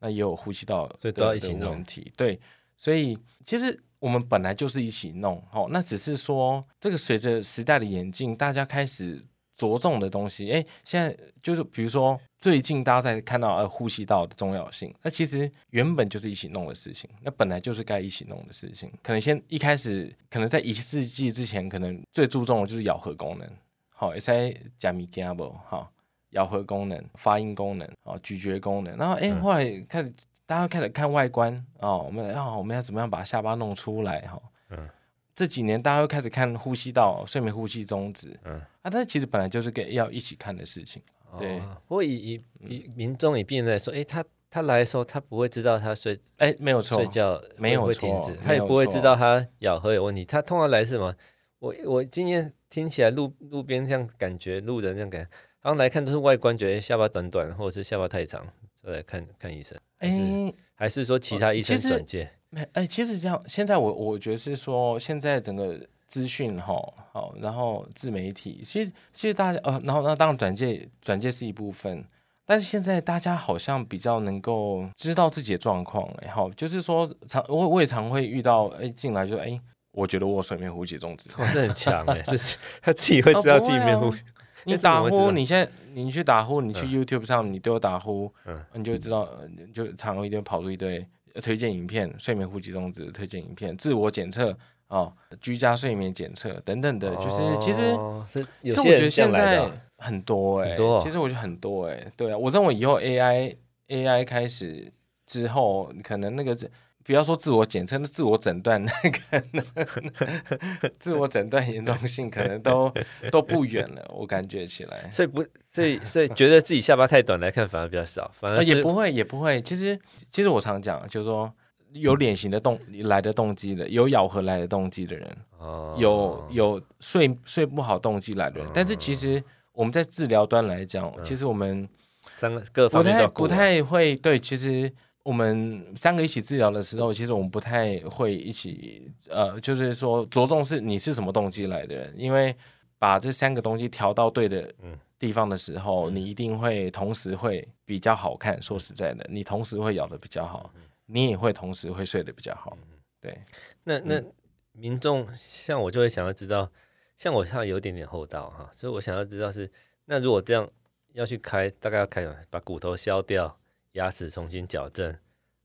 Speaker 2: 那也有呼吸道的
Speaker 1: 所以都要一起
Speaker 2: 的
Speaker 1: 弄
Speaker 2: 问题。对，所以其实我们本来就是一起弄，哦，那只是说这个随着时代的演进，大家开始着重的东西，哎，现在就是比如说最近大家在看到呃呼吸道的重要性，那其实原本就是一起弄的事情，那本来就是该一起弄的事情，可能先一开始可能在一世纪之前，可能最注重的就是咬合功能，好、哦，在加米加不好。咬合功能、发音功能、哦，咀嚼功能，然后哎，
Speaker 1: 嗯
Speaker 2: 后来开始大家开始看外观哦，我们啊、我们要怎么样把下巴弄出来哈、
Speaker 1: 嗯
Speaker 2: 这几年大家又开始看呼吸道、睡眠呼吸中止，
Speaker 1: 嗯
Speaker 2: 啊，但是其实本来就是跟要一起看的事情，对嗯
Speaker 1: 哦不过以以以民众以病人来说，诶，他他来的时候，他不会知道他睡
Speaker 2: 哎，没有错
Speaker 1: 睡，觉
Speaker 2: 没有
Speaker 1: 会
Speaker 2: 错
Speaker 1: 停止，他
Speaker 2: 没
Speaker 1: 也
Speaker 2: 有
Speaker 1: 不会
Speaker 2: 错
Speaker 1: 知道他咬合有问题。他通常来是什么？我我今天听起来路路边这样感觉，路人这样感觉，然后来看都是外观，觉得下巴短短，或者是下巴太长，再来看看医生，
Speaker 2: 哎，
Speaker 1: 还是说其他医生
Speaker 2: 哦其实
Speaker 1: 转介？
Speaker 2: 没哎，其实这样，现在我我觉得是说，现在整个资讯哈，好、然后自媒体，其实其实大家呃，然后那当然转介转介是一部分，但是现在大家好像比较能够知道自己的状况，哎，好，就是说常我我也常会遇到，哎，进来就哎，我觉得我睡眠呼吸中止，
Speaker 1: 哇，这很强哎、这 是他自己会
Speaker 2: 哦
Speaker 1: 知道
Speaker 2: 不
Speaker 1: 自己
Speaker 2: 会
Speaker 1: 没
Speaker 2: 啊
Speaker 1: 有呼吸。
Speaker 2: 你
Speaker 1: 这怎么
Speaker 2: 打
Speaker 1: 会知
Speaker 2: 呼，
Speaker 1: 道
Speaker 2: 你现在你去打呼，你去 YouTube 上你丢打呼，
Speaker 1: 嗯
Speaker 2: 你就会知道，呃你就常会一堆跑出一堆呃推荐影片，睡眠呼吸中止的推荐影片，自我检测哦，居家睡眠检测等等的，就是其实
Speaker 1: 哦是
Speaker 2: 其
Speaker 1: 有
Speaker 2: 实我
Speaker 1: 些
Speaker 2: 觉
Speaker 1: 人是
Speaker 2: 得
Speaker 1: 这样
Speaker 2: 现
Speaker 1: 来的
Speaker 2: 在
Speaker 1: 啊、
Speaker 2: 很多哎、
Speaker 1: 很多哦
Speaker 2: 其实我觉得很多哎、对啊，我认为以后 AI AI 开始之后，可能那个不要说自我检测，那自我诊断那个自我诊断严重性可能 都都不远了，我感觉起来。
Speaker 1: 所以不，所以所以觉得自己下巴太短来看反而比较少，反
Speaker 2: 啊，
Speaker 1: 而
Speaker 2: 也
Speaker 1: 呃是
Speaker 2: 不会，也不会。其实，其实我常讲，就是说，有脸型的动来的动机的，有咬合来的动机的人，
Speaker 1: 哦
Speaker 2: 有有睡睡不好动机来的人。但是其实我们在治疗端来讲，
Speaker 1: 嗯
Speaker 2: 其实我们
Speaker 1: 三个各
Speaker 2: 不
Speaker 1: 方面都
Speaker 2: 太
Speaker 1: 要顾
Speaker 2: 不
Speaker 1: 啊
Speaker 2: 太会对。其实我们三个一起治疗的时候，其实我们不太会一起，呃，就是说着重是你是什么动机来的人，因为把这三个东西调到对的
Speaker 1: 嗯
Speaker 2: 地方的时候，你一定会同时会比较好看。
Speaker 1: 嗯
Speaker 2: 说实在的，你同时会咬的比较好，你也会同时会睡得比较好。对，
Speaker 1: 那那
Speaker 2: 嗯
Speaker 1: 民众像我就会想要知道，像我像有一点点厚道哈，所以我想要知道是那如果这样要去开，大概要开什么？把骨头削掉，牙齿重新矫正，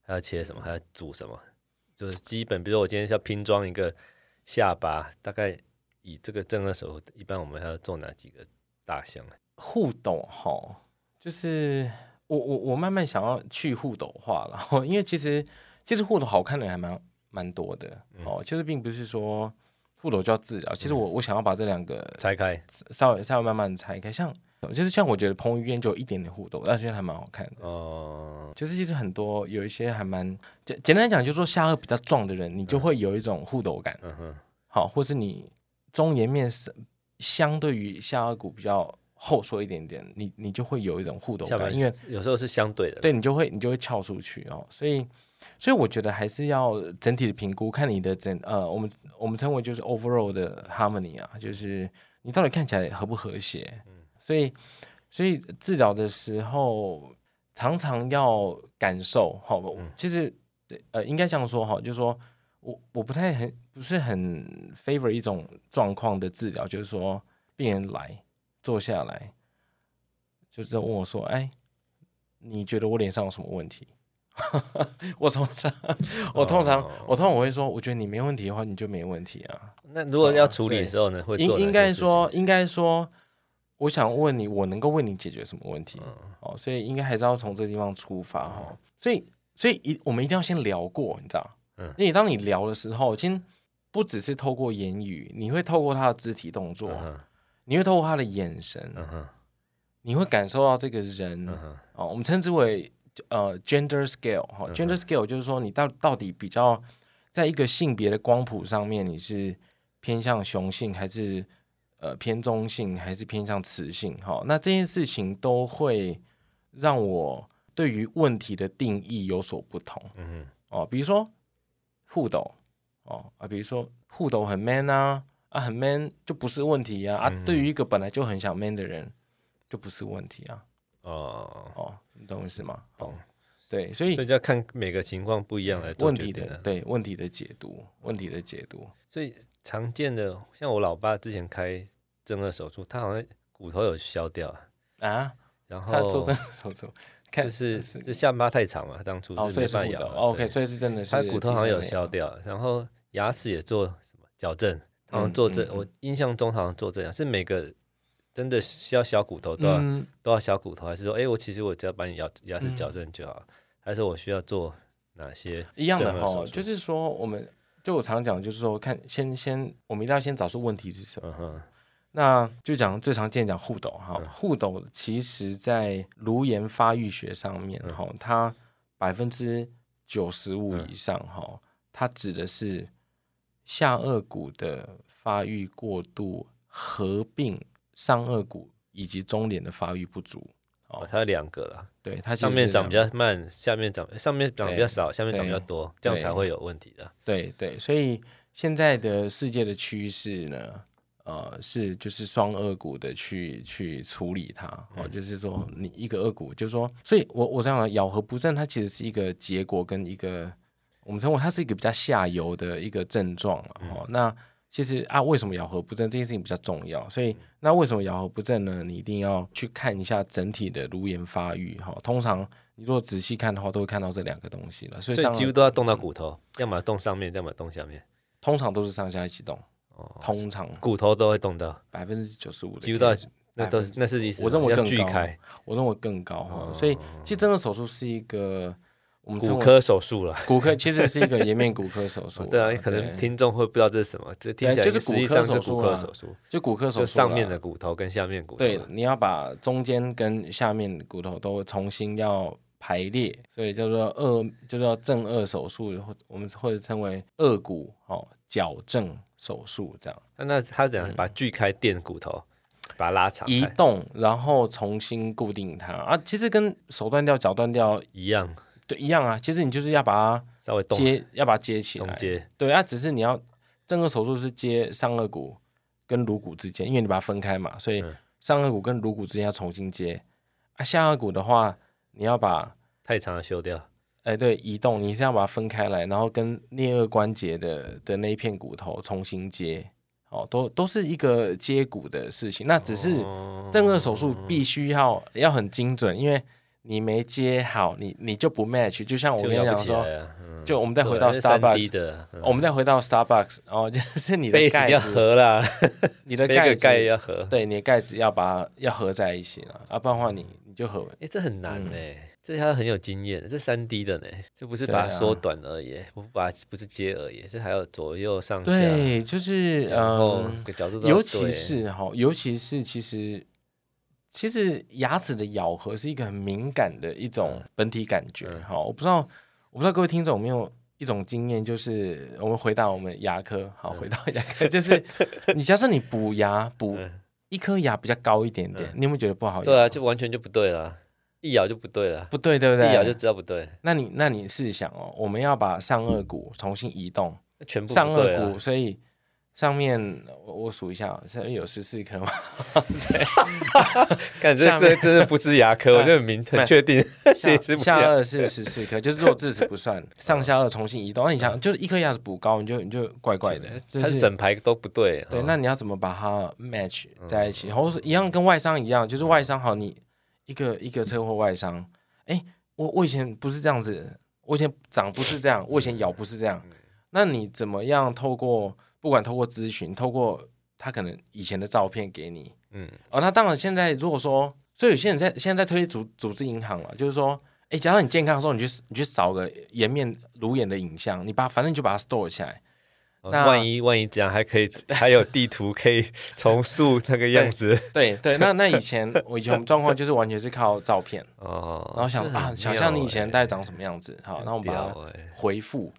Speaker 1: 还要切什么？还要煮什么？就是基本，比如说我今天是要拼装一个下巴，大概以这个正颌手，一般我们还要做哪几个大项啊？
Speaker 2: 互动哈，就是我我我慢慢想要去互动化了，然后 因为其实其实互动好看的人还蛮蛮多的哦，就是并不是说互动就要治疗，其实我我想要把这两个
Speaker 1: 拆开
Speaker 2: 稍微稍微慢慢拆开，像就是像我觉得彭于晏就有一点点互动，但是还蛮好看的。
Speaker 1: 哦，
Speaker 2: 就是其实很多有一些还蛮简简单讲，就是说下颚比较壮的人，你就会有一种互斗感，
Speaker 1: 嗯哼，
Speaker 2: 好，或是你中颜面是相对于下颚骨比较后缩一点点，你你就会有一种互动
Speaker 1: 下
Speaker 2: 感，
Speaker 1: 盘
Speaker 2: 因为
Speaker 1: 有时候是相对的，
Speaker 2: 对你就会你就会翘出去哦，所以所以我觉得还是要整体的评估，看你的整呃，我们我们称为就是 overall 的 harmony 啊，就是你到底看起来和不和谐。所以所以治疗的时候常常要感受好，其实对呃应该这样说哈，就是说我我不太很不是很 favor 一种状况的治疗，就是说病人来坐下来，就是问我说，哎。你觉得我脸上有什么问题？ 我通常， 我通常，我通常我会说，我觉得你没问题的话，你就没问题啊。
Speaker 1: 那如果要处理的时候呢，会
Speaker 2: 应
Speaker 1: 做
Speaker 2: 应
Speaker 1: 哪
Speaker 2: 该
Speaker 1: 些事
Speaker 2: 说，
Speaker 1: 情
Speaker 2: 应该说，我想问你，我能够为你解决什么问
Speaker 1: 嗯
Speaker 2: 题？哦，所以应该还是要从这个地方出发哈、哦。所以，所以一我们一定要先聊过，你知道？
Speaker 1: 嗯
Speaker 2: 因为当你聊的时候，先不只是透过言语，你会透过他的肢体动作，
Speaker 1: 嗯哼
Speaker 2: 你会透过他的眼神，
Speaker 1: 嗯哼
Speaker 2: 你会感受到这个人，
Speaker 1: 嗯哼
Speaker 2: 哦，我们称之为呃 gender scale 哈、
Speaker 1: 嗯哼
Speaker 2: g e n d e r scale 就是说你到到底比较在一个性别的光谱上面，你是偏向雄性还是呃偏中性还是偏向雌性？哈、那这件事情都会让我对于问题的定义有所不同
Speaker 1: 嗯
Speaker 2: 哦，比如说互斗哦啊，比如说互斗很 man 啊啊很 man 就不是问题啊啊，
Speaker 1: 嗯哼
Speaker 2: 对于一个本来就很想 man 的人就不是问题啊。
Speaker 1: 哼哦，
Speaker 2: 哦，你懂我意思吗？哦
Speaker 1: 懂。
Speaker 2: 对，所以
Speaker 1: 所以就要看每个情况不一样来做
Speaker 2: 问
Speaker 1: 决
Speaker 2: 题
Speaker 1: 定
Speaker 2: 的
Speaker 1: 啊。
Speaker 2: 对问题的解读，问题的解读，
Speaker 1: 所以常见的，像我老爸之前开正颌手术，他好像骨头有削掉啊，
Speaker 2: 啊，
Speaker 1: 然
Speaker 2: 他
Speaker 1: 后
Speaker 2: 做这个手术，看
Speaker 1: 就是就下巴太长嘛，他当初
Speaker 2: 哦，
Speaker 1: 是
Speaker 2: 所以
Speaker 1: 没
Speaker 2: 是
Speaker 1: 办
Speaker 2: 骨
Speaker 1: 法咬
Speaker 2: 头
Speaker 1: 啊。
Speaker 2: ，OK，
Speaker 1: 对
Speaker 2: 所以是真的是
Speaker 1: 他骨头好像有
Speaker 2: 提前
Speaker 1: 削
Speaker 2: 的
Speaker 1: 掉，然后牙齿也做什么矫正，好像
Speaker 2: 嗯
Speaker 1: 做这，
Speaker 2: 嗯
Speaker 1: 我印象中好像做这样，是每个真的需要削骨头都要、
Speaker 2: 嗯，
Speaker 1: 都要削骨头，还是说，哎，我其实我只要把你牙牙齿矫正就好，还是我需要做哪些？
Speaker 2: 一样的
Speaker 1: 整合手
Speaker 2: 哈，
Speaker 1: 术
Speaker 2: 就是说我们就我常讲，就是说看先先，我们一定要先找出问题是什么。
Speaker 1: 嗯哼，
Speaker 2: 那就讲最常见讲互斗哈，互斗其实在颅炎发育学上面哈，它百分之九十五以上哈，它指的是下颚骨的发育过度合并上颚骨以及中脸的发育不足。
Speaker 1: 哦，它有两个啦，
Speaker 2: 对，它其实
Speaker 1: 上面
Speaker 2: 是
Speaker 1: 长比
Speaker 2: 这样
Speaker 1: 较慢，下面长上面长比较少，下面长比较多，这样才会有问题的。
Speaker 2: 对对，所以现在的世界的趋势呢，呃，是就是双颚骨的去去处理它，哦，
Speaker 1: 嗯
Speaker 2: 就是说你一个颚骨，就是说，所以我我这样讲咬合不正，它其实是一个结果跟一个我们称为它是一个比较下游的一个症状了，
Speaker 1: 嗯
Speaker 2: 哦，那。其实啊，为什么咬合不正这件事情比较重要？所
Speaker 1: 嗯
Speaker 2: 以那为什么咬合不正呢？你一定要去看一下整体的颅炎发育哈、哦。通常你如果仔细看的话，都会看到这两个东西了。
Speaker 1: 所
Speaker 2: 所以
Speaker 1: 以
Speaker 2: 上
Speaker 1: 几乎都要动到骨头，要么动上面，要么动下面，
Speaker 2: 通常都是上下一起动，
Speaker 1: 哦
Speaker 2: 通常
Speaker 1: 骨头都会动到，
Speaker 2: 百分之九十五的 case，
Speaker 1: 几乎到那都是那是意思吗，
Speaker 2: 哎我认为
Speaker 1: 要
Speaker 2: 更
Speaker 1: 锯
Speaker 2: 高
Speaker 1: 开
Speaker 2: 我认为更高哈、
Speaker 1: 哦
Speaker 2: 所以其实真的手术是一个我们称
Speaker 1: 骨
Speaker 2: 为
Speaker 1: 科手术了。
Speaker 2: 骨科其实是一个颜面骨科手术啦，
Speaker 1: 对啊，可能听众会不知道这是什么，这听起来
Speaker 2: 对哎就是
Speaker 1: 实
Speaker 2: 骨
Speaker 1: 际
Speaker 2: 科
Speaker 1: 上
Speaker 2: 手
Speaker 1: 是
Speaker 2: 术
Speaker 1: 骨科
Speaker 2: 啊
Speaker 1: 手术，
Speaker 2: 就骨科手术
Speaker 1: 就
Speaker 2: 啦
Speaker 1: 上面的骨头跟下面骨头
Speaker 2: 对
Speaker 1: 啦，，
Speaker 2: 你要把中间跟下面的骨头都重新要排列，所以叫做二，就叫正颚手术，或我们或者称为颚骨哦矫正手术这样。
Speaker 1: 那那他怎样把锯开垫骨头，把它拉长
Speaker 2: 嗯移
Speaker 1: 开
Speaker 2: 动，然后重新固定它啊，其实跟手断掉、脚断掉
Speaker 1: 一样，
Speaker 2: 对一样啊。其实你就是要把
Speaker 1: 稍微
Speaker 2: 它
Speaker 1: 动
Speaker 2: 接，要把它接起
Speaker 1: 中
Speaker 2: 来。
Speaker 1: 间，
Speaker 2: 对啊，只是你要整个手术是接上颚骨跟颅骨之间，因为你把它分开嘛，所以
Speaker 1: 嗯
Speaker 2: 上颚骨跟颅骨之间要重新接。啊，下颚骨的话，你要把
Speaker 1: 太长了修掉，
Speaker 2: 哎对移动，你是要把它分开来，然后跟颞颌关节的的那一片骨头重新接。哦，都都是一个接骨的事情，那只是。
Speaker 1: 哦
Speaker 2: 正颚手术必须要要很精准，因为你没接好，你你就不 match。就像我
Speaker 1: 就
Speaker 2: 跟你
Speaker 1: 摇不
Speaker 2: 讲
Speaker 1: 起
Speaker 2: 说，
Speaker 1: 来啊。嗯
Speaker 2: 就我们再回到
Speaker 1: 三 D
Speaker 2: Starbucks，、
Speaker 1: 的，嗯
Speaker 2: 我们再回到 Starbucks，哦， 就是你
Speaker 1: 杯
Speaker 2: 的
Speaker 1: 子
Speaker 2: 盖
Speaker 1: 要
Speaker 2: 子，
Speaker 1: 合啦，
Speaker 2: 你 的
Speaker 1: 杯个
Speaker 2: 盖
Speaker 1: 盖
Speaker 2: 子，
Speaker 1: 要合。
Speaker 2: 对，你的盖子要把它要合在一起了，啊，不然的话你你就合。
Speaker 1: 哎，这很
Speaker 2: 嗯
Speaker 1: 难哎，这要很有经验，这三 D 的呢，这不是
Speaker 2: 对
Speaker 1: 把它
Speaker 2: 啊
Speaker 1: 缩短而已，不把不是接而已，这还要左右上下，
Speaker 2: 对，就是
Speaker 1: 然后
Speaker 2: 嗯，
Speaker 1: 角度都要
Speaker 2: 尤其
Speaker 1: 对
Speaker 2: 是哈，尤其是其实。其实牙齿的咬合是一个很敏感的一种本体感觉
Speaker 1: 嗯
Speaker 2: 哈、我不知道，我不知道各位听众有没有一种经验，就是
Speaker 1: 嗯
Speaker 2: 我们回到我们牙科，好，回到牙科，就是你假设你补牙补
Speaker 1: 嗯
Speaker 2: 一颗牙比较高一点点，你有没有觉得不好咬？
Speaker 1: 对啊，就完全就不对了，一咬就不对了，
Speaker 2: 不对，对不对？
Speaker 1: 一咬就知道不对，
Speaker 2: 那你那你试想哦，我们要把上颚骨重新移动，
Speaker 1: 全部
Speaker 2: 上
Speaker 1: 不对
Speaker 2: 颚
Speaker 1: 啊
Speaker 2: 骨，。所以上面我我数一下，上面有十四颗嘛，
Speaker 1: 感觉
Speaker 2: 下
Speaker 1: 这
Speaker 2: 面
Speaker 1: 真的不是牙 科，我就很明很确定，
Speaker 2: 下
Speaker 1: 谁是不
Speaker 2: 下
Speaker 1: 牙？
Speaker 2: 颚是十 四颗，就是如果智齿不算，上下颚重新移动，那你想就是一颗牙齿补高，你就你就怪怪的，就
Speaker 1: 它嗯是整排都不对。
Speaker 2: 对，
Speaker 1: 哦
Speaker 2: 那你要怎么把它 match 在一起？然后是一样跟外伤一样，就是外伤好，你一个一个车祸外伤，哎，我我以前不是这样子，我以前长不是这样，我以前咬不是这样，那你怎么样透过不管透过咨询，透过他可能以前的照片给你，
Speaker 1: 嗯，
Speaker 2: 哦，那当然现在如果说，所以有些人在现在在推组组织银行了，就是说。哎，假如你健康的时候，你去你去扫个颜面乳眼的影像，你把反正你就把它 store 起来，
Speaker 1: 哦
Speaker 2: 那
Speaker 1: 万一万一这样还可以，还有地图可 以重塑那个样子
Speaker 2: 对对，那那以 前我以前我们状况就是完全是靠照片，
Speaker 1: 哦。
Speaker 2: 然后想
Speaker 1: 这很
Speaker 2: 啊，想
Speaker 1: 妙
Speaker 2: 象你以
Speaker 1: 欸
Speaker 2: 前大概长什么样子，好，那我们把它
Speaker 1: 屌欸
Speaker 2: 回复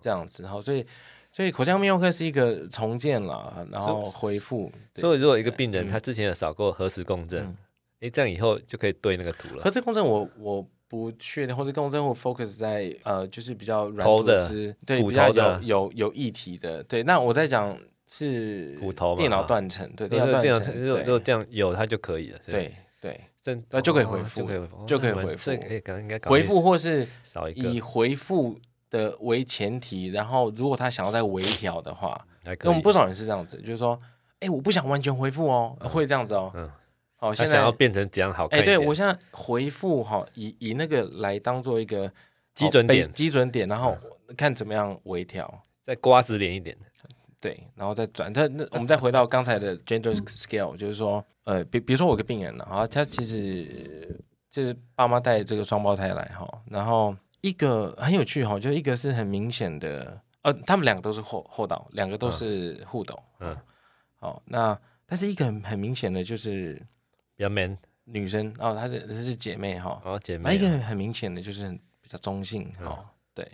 Speaker 2: 这样子，好，所以所以口腔泌尿科是一个重建了，然后回复，对，嗯
Speaker 1: 所以如果一个病人他之前有扫过核磁共振，诶，这样以后就可以对那个图了
Speaker 2: 核。磁共振我我。不确定，或者共振我 focus 在呃，就是比较软
Speaker 1: 头
Speaker 2: 组
Speaker 1: 的
Speaker 2: 织，对，
Speaker 1: 骨
Speaker 2: 比较
Speaker 1: 头的
Speaker 2: 有有有议题的，对。那我在讲是
Speaker 1: 骨头嘛
Speaker 2: 电脑
Speaker 1: 哈
Speaker 2: 断层，对，
Speaker 1: 就
Speaker 2: 电
Speaker 1: 是
Speaker 2: 脑
Speaker 1: 电
Speaker 2: 断
Speaker 1: 脑，如果
Speaker 2: 层，
Speaker 1: 如果
Speaker 2: 对
Speaker 1: 这样有它就可以了，是吧，
Speaker 2: 对对，
Speaker 1: 真
Speaker 2: 那就可以
Speaker 1: 哦
Speaker 2: 回复
Speaker 1: 就可以回复，
Speaker 2: 就可以
Speaker 1: 哦那蛮
Speaker 2: 回复
Speaker 1: 这个诶，刚应该赶快
Speaker 2: 回复或是
Speaker 1: 少一
Speaker 2: 以
Speaker 1: 个，
Speaker 2: 回复的为前提，然后如果他想要再微调 的话，
Speaker 1: 还可
Speaker 2: 因为我
Speaker 1: 以
Speaker 2: 们。不少人是这样子，就是说，哎，我不想完全回复哦，会这样子哦。
Speaker 1: 嗯
Speaker 2: 好，
Speaker 1: 他
Speaker 2: 现
Speaker 1: 想
Speaker 2: 在
Speaker 1: 要，变成怎样好看
Speaker 2: 哎，
Speaker 1: 一点？
Speaker 2: 对我现在回复哈，以以那个来当做一个
Speaker 1: 基准点嗯
Speaker 2: 好，base- 基准点，然后看怎么样微调。
Speaker 1: 再瓜子脸一点，
Speaker 2: 对，然后再转，但那我们再回到刚才的 gender scale，就是说，呃，比比如说我有个病人了啊，他其实就是爸妈带这个双胞胎来哈，然后一个很有趣哈，就一个是很明显的，呃，他们两个都是后后导，两个都是护斗，
Speaker 1: 嗯
Speaker 2: 嗯，好，那但是一个很很明显的就是
Speaker 1: 比较 man
Speaker 2: 女生哦，她是她是姐妹哈，
Speaker 1: 哦，姐
Speaker 2: 那
Speaker 1: 妹
Speaker 2: 一个
Speaker 1: 啊
Speaker 2: 很很明显的就是比较中性哦，对。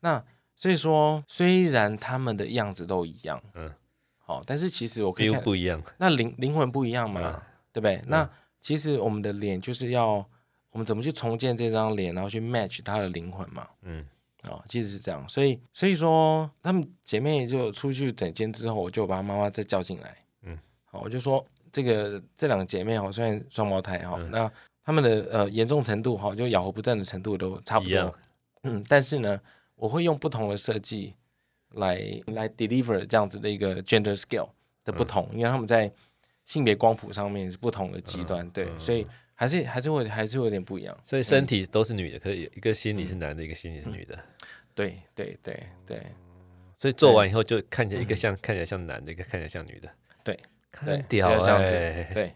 Speaker 2: 那所以说，虽然他们的样子都一样，
Speaker 1: 嗯
Speaker 2: 嗯，好、但是其实我可以
Speaker 1: ，feel
Speaker 2: 看，
Speaker 1: 不一样，
Speaker 2: 那灵灵魂不一样嘛，
Speaker 1: 嗯
Speaker 2: 对不对？那其实我们的脸就是要我们怎么去重建这张脸，然后去 match 它的灵魂嘛，
Speaker 1: 嗯，
Speaker 2: 哦，其实是这样。所以所以说，她们姐妹就出去整间之后，我就把她妈妈再叫进来，
Speaker 1: 嗯
Speaker 2: 嗯，好、我就说这个这两个姐妹哦，虽然双胞胎
Speaker 1: 嗯
Speaker 2: 哈、哦，那她们的呃严重程度哈、哦，就咬合不正的程度都差不
Speaker 1: 一样
Speaker 2: 多，嗯，但是呢，我会用不同的设计来来 deliver 这样子的一个 gender scale 的
Speaker 1: 嗯
Speaker 2: 不同，因为他们在性别光谱上面是不同的极端，对，所以还是还是会还是会有点不一样。
Speaker 1: 嗯所以身体都是女的，可是一个心理是男的，一个心理是女的，
Speaker 2: 嗯对对对对
Speaker 1: 所以做完以后就看起来一个像看起来像男的，一个看起来像女的，
Speaker 2: 对，
Speaker 1: 看得很
Speaker 2: 对
Speaker 1: 屌
Speaker 2: 比较像这
Speaker 1: 哎，
Speaker 2: 对，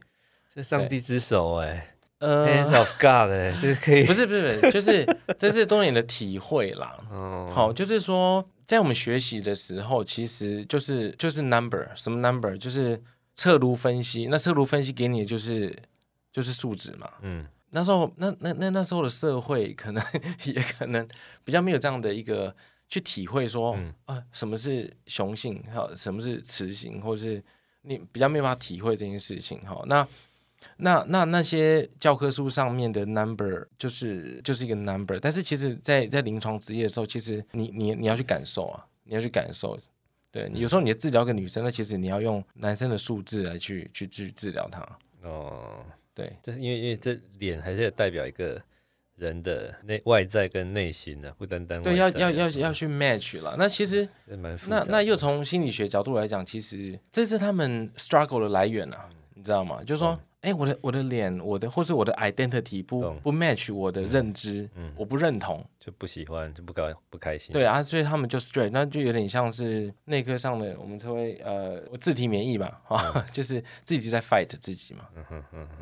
Speaker 1: 这上帝之手哎
Speaker 2: 呃，
Speaker 1: ，hands of God 哎，这可以
Speaker 2: 不是不是，不是就是这是多年的体会啦。
Speaker 1: 哦，
Speaker 2: 好，就是说在我们学习的时候，其实就是就是 number 什么 number，就是侧颅分析。那侧颅分析给你的就是就是数值嘛，
Speaker 1: 嗯，
Speaker 2: 那时候，那那那那时候的社会，可能 也可能比较没有这样的一个去体会说，
Speaker 1: 嗯
Speaker 2: 啊，什么是雄性，还有什么是雌性，或是你比较没有办法体会这件事情。哈，那那那那些教科书上面的 number 就是就是一个 number，但是其实在，在临床职业的时候，其实你你你要去感受啊，你要去感受。对，有时候你治疗一个女生，那其实你要用男生的数字来去去去治疗她。
Speaker 1: 哦，
Speaker 2: 对，
Speaker 1: 就是因为因为这脸还是要代表一个人的内外在跟内心的、啊，不单单
Speaker 2: 对，要
Speaker 1: 外在
Speaker 2: 要
Speaker 1: 啊
Speaker 2: 要要去 match 了。那其实
Speaker 1: 这蛮嗯复杂
Speaker 2: 那
Speaker 1: 的
Speaker 2: 那又从心理学角度来讲，其实这是他们 struggle 的来源
Speaker 1: 嗯
Speaker 2: 啊，你知道吗？就是说，哎、我的我的脸，我的或是我的 identity 不
Speaker 1: 懂嗯
Speaker 2: 不 match 我的认知，我不认同，
Speaker 1: 就不喜欢就不高不开心，
Speaker 2: 对啊，所以他们就 straight，那就有点像是内科上的我们称为呃自体免疫嘛，哈、
Speaker 1: 嗯
Speaker 2: 就是自己在 fight 自己嘛，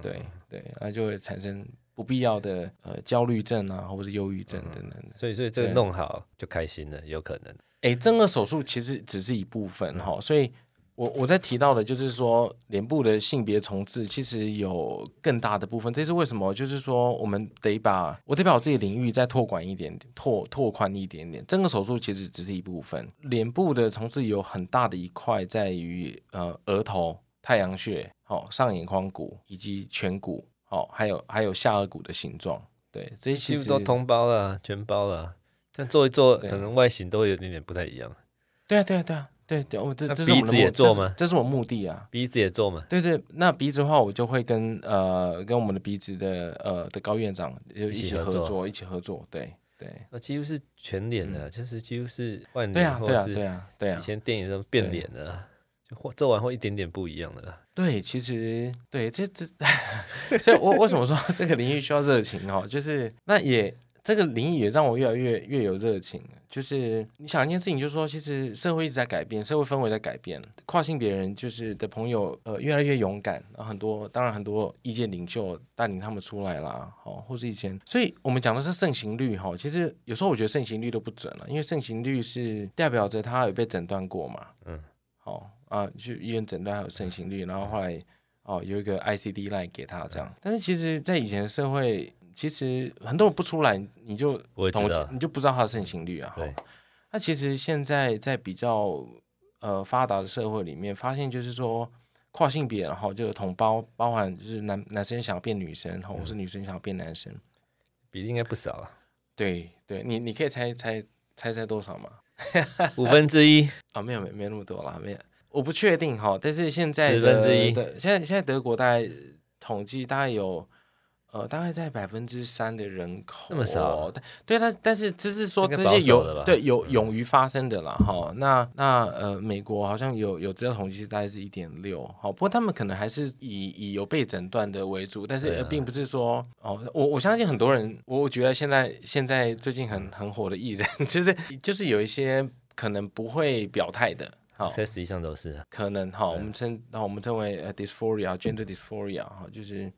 Speaker 2: 对对，那就会产生不必要的呃焦虑症啊，或者忧郁
Speaker 1: 嗯
Speaker 2: 症等等的。
Speaker 1: 所以所以这个
Speaker 2: 对
Speaker 1: 弄好就开心了，有可能
Speaker 2: 诶，正颌手术其实只是一部分哈、所以我我在提到的就是说，脸部的性别重置其实有更大的部分，这是为什么？就是说，我们得把我得把我自己的领域再拓宽一点点，拓拓宽一点点。正颌手术其实只是一部分，脸部的重置有很大的一块在于呃额头太阳穴、好、上眼眶骨以及颧骨，好、还有还有下颚骨的形状。对，这些
Speaker 1: 几
Speaker 2: 其
Speaker 1: 乎
Speaker 2: 实
Speaker 1: 都。通包了啊，全包了啊。但做一做，
Speaker 2: 对
Speaker 1: 可能外形都会有点点不太一样。
Speaker 2: 对啊，对啊，对啊，对对，我这
Speaker 1: 那
Speaker 2: 这是
Speaker 1: 鼻
Speaker 2: 我们的
Speaker 1: 子也
Speaker 2: 目
Speaker 1: 做
Speaker 2: 这是
Speaker 1: 吗
Speaker 2: 这是我目的啊。
Speaker 1: 鼻子也做嘛，
Speaker 2: 对对，那鼻子的话，我就会跟呃跟我们的鼻子的呃的高院长就一
Speaker 1: 起
Speaker 2: 起
Speaker 1: 合
Speaker 2: 合
Speaker 1: 作
Speaker 2: 作，一起合作。对对
Speaker 1: 那哦几乎是全脸的啊，就是几乎是换
Speaker 2: 嗯对啊
Speaker 1: 嗯脸，或
Speaker 2: 对
Speaker 1: 者
Speaker 2: 啊，
Speaker 1: 是
Speaker 2: 对啊，对啊
Speaker 1: 以，前电影都变脸的啊，就或做完后一点点不一样的啊啦。
Speaker 2: 对，其实对这这， 所以我为什么说这个领域需要热情哦？就是那也这个领域也让我越来越越有热情了。就是你想一件事情，就是说，其实社会一直在改变，社会氛围在改变，跨性别人就是的朋友呃越来越勇敢，然后很多当然很多意见领袖带领他们出来啦，哦，或是以前，所以我们讲的是盛行率哈、哦，其实有时候我觉得盛行率都不准啊了，因为盛行率是代表着他有被诊断过嘛，哦啊，去医院诊断还有盛行率，然后后来哦有一个 ICD line 给他这样。但是其实，在以前的社会，其实很多人不出来，你就
Speaker 1: 我也啊知
Speaker 2: 统
Speaker 1: 道
Speaker 2: 你就不知道他的盛行率啊。
Speaker 1: 对
Speaker 2: 哦那其实现在在比较呃发达的社会里面，发现就是说跨性别，然后就有同胞，包含就是男男生想要变女生，然后或是女生想要变男生。
Speaker 1: 比例应该不少啊，
Speaker 2: 对对，你你可以猜猜猜猜多少吗？
Speaker 1: 五分之 一，
Speaker 2: 啊，没有没没那么多啦，没有，我不确定哈。但是现在
Speaker 1: 十分
Speaker 2: 的
Speaker 1: 之一
Speaker 2: 的现在现在德国大概统计大概有呃大概在百分之三的人口，哦
Speaker 1: 这么少啊
Speaker 2: 但对，但但是只是说
Speaker 1: 这
Speaker 2: 这
Speaker 1: 个保
Speaker 2: 些
Speaker 1: 守的吧嗯
Speaker 2: 有对有勇于发生的啦哈。那那呃，美国好像有有资料统计大概是一点六，好，不过他们可能还是以以有被诊断的为主，但是
Speaker 1: 对啊
Speaker 2: 呃并不是说哦，我我相信很多人，我我觉得现在现在最近很很火的艺人， 就是就是有一些可能不会表态的，好、
Speaker 1: 三十以上都是啊。
Speaker 2: 可能哈、我们称好我们称为呃 dysphoria gender dysphoria 哈、就是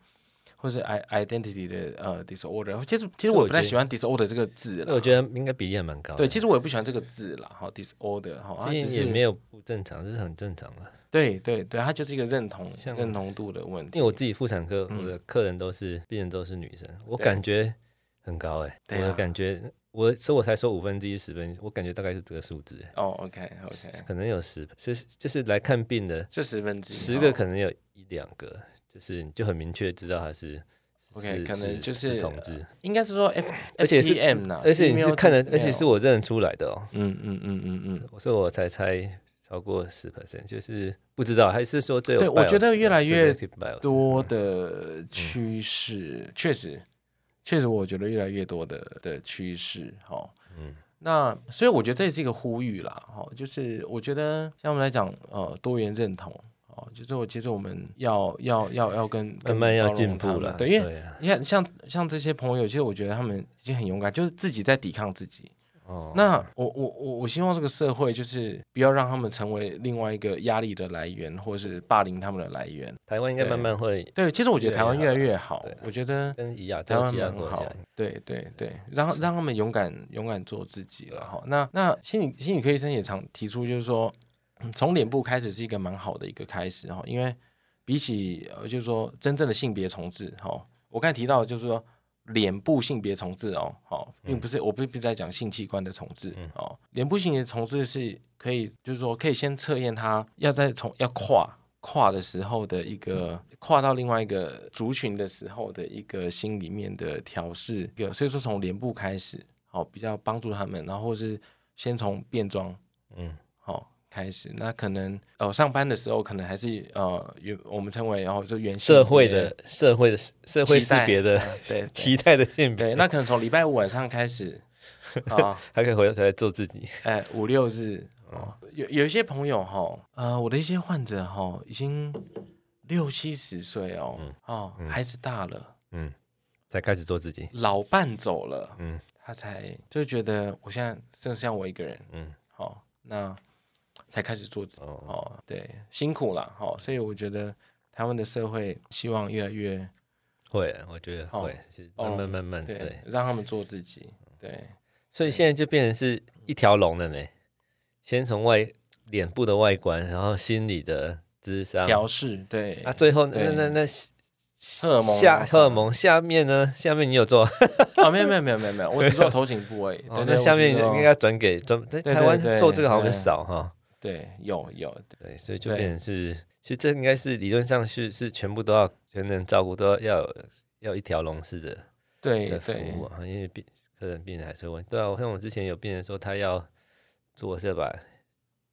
Speaker 2: 或是 i identity 的呃 disorder，其实其实
Speaker 1: 这我
Speaker 2: 我不太
Speaker 1: 觉得
Speaker 2: 喜欢 disorder 这个字
Speaker 1: 所以我
Speaker 2: 了。
Speaker 1: 觉得应该比例还蛮高的。
Speaker 2: 对，其实我也不喜欢这个字啦，哈，disorder 哈，它
Speaker 1: 这
Speaker 2: 只
Speaker 1: 也
Speaker 2: 是
Speaker 1: 没有不正常，这是很正常的。
Speaker 2: 对对对，它就是一个认同
Speaker 1: 像
Speaker 2: 认同度的问
Speaker 1: 因为
Speaker 2: 题。
Speaker 1: 我自己妇产科，
Speaker 2: 嗯
Speaker 1: 我的客人都是病人都是女生，我
Speaker 2: 对
Speaker 1: 感觉很高哎、
Speaker 2: 对啊
Speaker 1: 我的感觉，我所以我才说五分之一、十分，我感觉大概是这个数字欸、
Speaker 2: 哦，OK OK，
Speaker 1: 可能有十，就是就是来看病的
Speaker 2: 这十分之一
Speaker 1: 十个
Speaker 2: 哦
Speaker 1: 可能有一两个，就是你就很明确知道他是
Speaker 2: OK，
Speaker 1: 是
Speaker 2: 可能就是
Speaker 1: 同志，
Speaker 2: 应该是说 F，
Speaker 1: 而且是
Speaker 2: M 呐，
Speaker 1: 而且你是
Speaker 2: female
Speaker 1: 看的
Speaker 2: to，
Speaker 1: 而且
Speaker 2: male
Speaker 1: 是我认得出来的哦、
Speaker 2: 嗯嗯嗯嗯嗯，
Speaker 1: 所以我才猜超过十 percent，就是不知道还是说这有啊
Speaker 2: 对我
Speaker 1: bias
Speaker 2: 觉得
Speaker 1: 的
Speaker 2: 越来越
Speaker 1: selective bias
Speaker 2: 多的趋势确实，确实我觉得越来越多的的趋势哈。哦
Speaker 1: 嗯
Speaker 2: 那所以我觉得这也是一个呼吁啦，哦，就是我觉得像我们来讲，呃，多元认同，哦，就是我其实我们要要要要跟
Speaker 1: 慢慢要
Speaker 2: 跟包容
Speaker 1: 进
Speaker 2: 他
Speaker 1: 步
Speaker 2: 们
Speaker 1: 了，
Speaker 2: 对，因为
Speaker 1: 啊
Speaker 2: 你看，像像这些朋友，其实我觉得他们已经很勇敢，就是自己在抵抗自己。
Speaker 1: 哦
Speaker 2: 那我我我我希望这个社会就是不要让他们成为另外一个压力的来源，或是霸凌他们的来源。
Speaker 1: 台湾应该慢慢会
Speaker 2: 对，其实我觉得台湾
Speaker 1: 越
Speaker 2: 越
Speaker 1: 来
Speaker 2: 来
Speaker 1: 越
Speaker 2: 越好
Speaker 1: 对啊，
Speaker 2: 我觉得
Speaker 1: 跟亚
Speaker 2: 台
Speaker 1: 洲
Speaker 2: 湾
Speaker 1: 其他
Speaker 2: 蛮
Speaker 1: 国
Speaker 2: 好
Speaker 1: 家，
Speaker 2: 对对对，让让他们勇敢勇敢做自己
Speaker 1: 啊
Speaker 2: 了哈。那那心理心理科医生也常提出，就是说嗯从脸部开始是一个蛮好的一个开始哈，因为比起呃就是说真正的性别重置哈，我刚才提到的就是说脸部性别重置哦，好，
Speaker 1: 嗯
Speaker 2: 并不是我并不是在讲性器官的重置哦，脸部性别重置是可以就是说可以先测验它要在从要跨。跨的时候的一个跨到另外一个族群的时候的一个心里面的调试，一个所以说从脸部开始，好、比较帮助他们，然后或是先从变装，
Speaker 1: 嗯，
Speaker 2: 好、开始。那可能呃上班的时候可能还是呃原我们称为然后、就原性
Speaker 1: 社会
Speaker 2: 别
Speaker 1: 的社会的社会
Speaker 2: 期
Speaker 1: 识
Speaker 2: 待
Speaker 1: 别的
Speaker 2: 啊对对
Speaker 1: 期待的性别，
Speaker 2: 对，那可能从礼拜五晚上开始啊，
Speaker 1: 还可以回头来做自己，
Speaker 2: 哎、五六 日哦，有有一些朋友哈、呃，我的一些患者哈、已经六七十岁哦，哦，孩子大了。
Speaker 1: 嗯，才开始做自己，
Speaker 2: 老伴走了，
Speaker 1: 嗯
Speaker 2: 他才就觉得我现在剩下我一个人，
Speaker 1: 嗯，
Speaker 2: 好、那才开始做自己
Speaker 1: 哦，
Speaker 2: 哦，对，辛苦了，好、所以我觉得台湾的社会希望越来越
Speaker 1: 会啊，我觉得
Speaker 2: 哦
Speaker 1: 会，是
Speaker 2: 哦
Speaker 1: 慢慢慢慢
Speaker 2: 对，
Speaker 1: 嗯对，
Speaker 2: 让他们做自己，对，
Speaker 1: 所以现在就变成是一条龙了呢，先从外脸部的外观，然后心理的智商，
Speaker 2: 调试，对，
Speaker 1: 啊，最后那
Speaker 2: 对
Speaker 1: 那那
Speaker 2: 荷尔蒙
Speaker 1: 下荷尔蒙下面呢？下面你有做？
Speaker 2: 哦，没有没有没有没有 没有，我只做头颈部位，
Speaker 1: 哦
Speaker 2: 对
Speaker 1: 那
Speaker 2: 对，
Speaker 1: 下
Speaker 2: 我只
Speaker 1: 面
Speaker 2: 做
Speaker 1: 应该转给专，在
Speaker 2: 对
Speaker 1: 台湾
Speaker 2: 对
Speaker 1: 做这个好像
Speaker 2: 对
Speaker 1: 很少哈。
Speaker 2: 对，有有，
Speaker 1: 对，所以就变成是，其实这应该是理论上是是全部都要全能照顾，都要要有要一条龙式的
Speaker 2: 对
Speaker 1: 的服
Speaker 2: 对
Speaker 1: 务啊，因为病客人病人还是会问，对啊，我像我之前有病人说他要做是把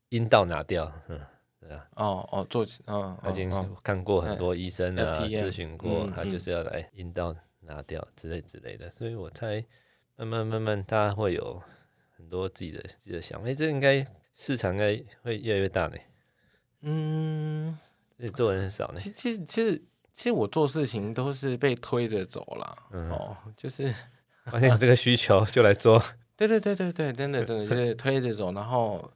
Speaker 1: 阴道拿掉，嗯，对啊，
Speaker 2: 哦哦，做嗯，
Speaker 1: 他已经
Speaker 2: 嗯嗯
Speaker 1: 看过很多医生啊，
Speaker 2: 嗯
Speaker 1: 咨询过，
Speaker 2: 嗯
Speaker 1: 他就是要来阴道拿掉之类之类的，所以我猜慢慢慢慢他会有很多自己的自己的想法，哎、这应该市场应该会越来越大呢，
Speaker 2: 嗯，
Speaker 1: 这做人很少呢，
Speaker 2: 其其实其实其实我做事情都是被推着走啦，
Speaker 1: 嗯
Speaker 2: 哦，就是
Speaker 1: 发现有这个需求就来 做，
Speaker 2: 对对对对对，真的真 的就是推着走，然后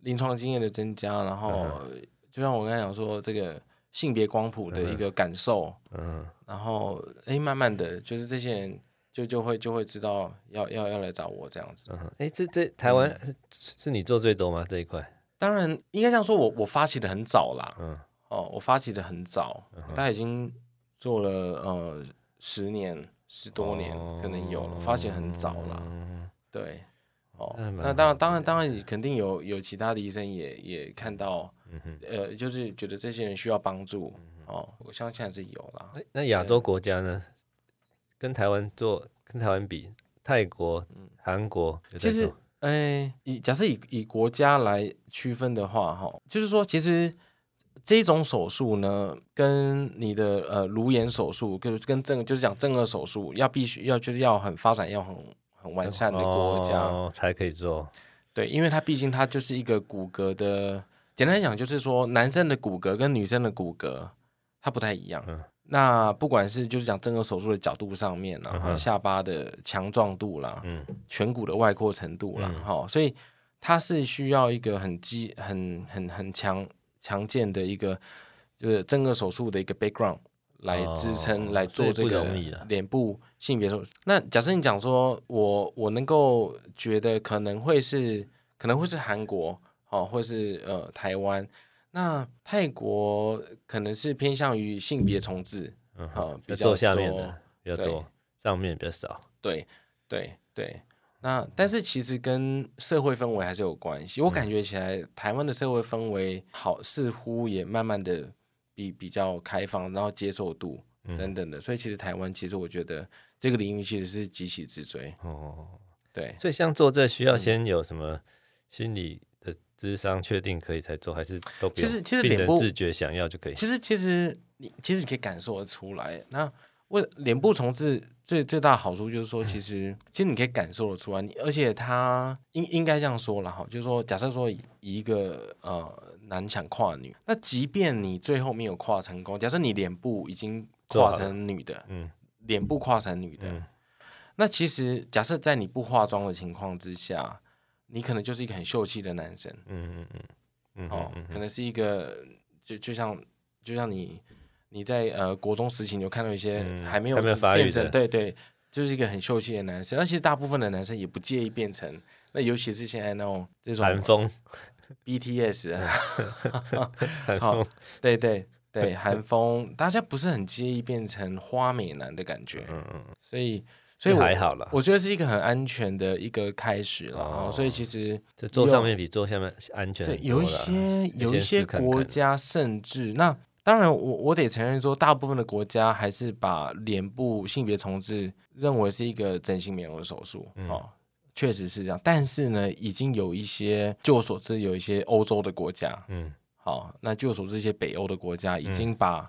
Speaker 2: 临床经验的增加，然后
Speaker 1: 嗯
Speaker 2: 就像我刚才讲说这个性别光谱的一个感受，
Speaker 1: 嗯，
Speaker 2: 然后哎，慢慢的就是这些人就就会就会知道要要要来找我这样子。
Speaker 1: 嗯，哎、这这台湾是、是你做最多吗？这一块？
Speaker 2: 当然应该这样说我我发起的很早啦，
Speaker 1: 嗯
Speaker 2: 哦，我发起的很早，大概已经做了呃十年、十多年，
Speaker 1: 哦
Speaker 2: 可能有了，发起得很早啦。
Speaker 1: 嗯
Speaker 2: 对，哦，
Speaker 1: 那蛮
Speaker 2: 那当然，当然，当然，也肯定有有其他的医生也也看到，
Speaker 1: 嗯哼，嗯
Speaker 2: 呃，就是觉得这些人需要帮助，哦，我相信还是有啦。
Speaker 1: 哎那亚洲国家呢？跟台湾做跟台湾比，泰国、韩国有在
Speaker 2: 嗯其实
Speaker 1: 做，
Speaker 2: 哎，以假设以以国家来区分的话，哈、就是说，其实这种手术呢，跟你的呃颅炎手术，跟跟正就是讲正颌手术，要必须要就是要很发展，要很很完善的国家，
Speaker 1: 哦、才可以做，
Speaker 2: 对，因为它毕竟它就是一个骨骼的，简单来讲就是说，男生的骨骼跟女生的骨骼它不太一样。
Speaker 1: 嗯
Speaker 2: 那不管是就是讲整个手术的角度上面啦，
Speaker 1: 嗯
Speaker 2: 还有
Speaker 1: 哼
Speaker 2: 下巴的强壮度啦，
Speaker 1: 嗯
Speaker 2: 颧骨的外扩程度啦，
Speaker 1: 嗯
Speaker 2: 哈、所以它是需要一个很基、很很很强强健的一个，就是整个手术的一个 background 来支撑、
Speaker 1: 哦
Speaker 2: 来做
Speaker 1: 所
Speaker 2: 这
Speaker 1: 以不
Speaker 2: 个
Speaker 1: 容易啊啦
Speaker 2: 脸部性别手术。那假设你讲说我我能够觉得可能会是可能会是韩国哦，或是呃台湾。那泰国可能是偏向于性别重置，
Speaker 1: 嗯
Speaker 2: 好
Speaker 1: 哼，
Speaker 2: 比较
Speaker 1: 要做下面
Speaker 2: 多
Speaker 1: 的比较
Speaker 2: 对
Speaker 1: 多，上面比较少，
Speaker 2: 对对对，那但是其实跟社会氛围还是有关系。我
Speaker 1: 嗯
Speaker 2: 感觉起来，台湾的社会氛围好，似乎也慢慢的比比较开放，然后接受度
Speaker 1: 嗯
Speaker 2: 等等的。所以其实台湾，其实我觉得这个领域其实是急起直追。
Speaker 1: 哦，
Speaker 2: 对，
Speaker 1: 所以像做这需要先有什么心理的智商确定可以才做，还是都不
Speaker 2: 其
Speaker 1: 用
Speaker 2: 实其实
Speaker 1: 病
Speaker 2: 脸
Speaker 1: 人
Speaker 2: 部
Speaker 1: 自觉想要就可以，
Speaker 2: 其实其实你其实你可以感受得出来。那为脸部重置最最大的好处就是说，其实其实你可以感受得出来，你而且它应应该这样说了哈，就是说，假设说以一个呃男想跨女，那即便你最后没有跨成功，假设你脸部已经跨
Speaker 1: 做好了
Speaker 2: 成女的，
Speaker 1: 嗯
Speaker 2: 脸部跨成女的，
Speaker 1: 嗯
Speaker 2: 那其实假设在你不化妆的情况之下，你可能就是一个很秀气的男生。
Speaker 1: 嗯嗯嗯嗯
Speaker 2: 哦
Speaker 1: 哼，嗯
Speaker 2: 可能是一个就就像就像你你在呃国中时期，你就看到一些
Speaker 1: 嗯
Speaker 2: 还没有
Speaker 1: 还没有发育
Speaker 2: 变成
Speaker 1: 的
Speaker 2: 对对，就是一个很秀气的男生。那其实大部分的男生也不介意变成，那尤其是现在那种这
Speaker 1: 哼韩
Speaker 2: 种
Speaker 1: 风
Speaker 2: BTS，啊
Speaker 1: 韩
Speaker 2: 好
Speaker 1: 风，
Speaker 2: 对对对，韩风，大家不是很介意变成花美男的感觉，
Speaker 1: 嗯嗯，
Speaker 2: 所以
Speaker 1: 所
Speaker 2: 所以
Speaker 1: 以
Speaker 2: 我
Speaker 1: 还。好啦。
Speaker 2: 我觉得是一个很安全的一个开始了，哦
Speaker 1: 哦、
Speaker 2: 所以其实
Speaker 1: 这坐
Speaker 2: 有
Speaker 1: 上面比坐下面安全很
Speaker 2: 对，
Speaker 1: 多
Speaker 2: 有一
Speaker 1: 啦
Speaker 2: 些有
Speaker 1: 先
Speaker 2: 一些
Speaker 1: 试看
Speaker 2: 国
Speaker 1: 看
Speaker 2: 家甚至那当然我，我得承认说，大部分的国家还是把脸部性别重置认为是一个整形美容的手术、哦，确实是这样。但是呢，已经有一些，据我所知，有一些欧洲的国家，
Speaker 1: 嗯
Speaker 2: 好，那据我所知，一些北欧的国家已经把，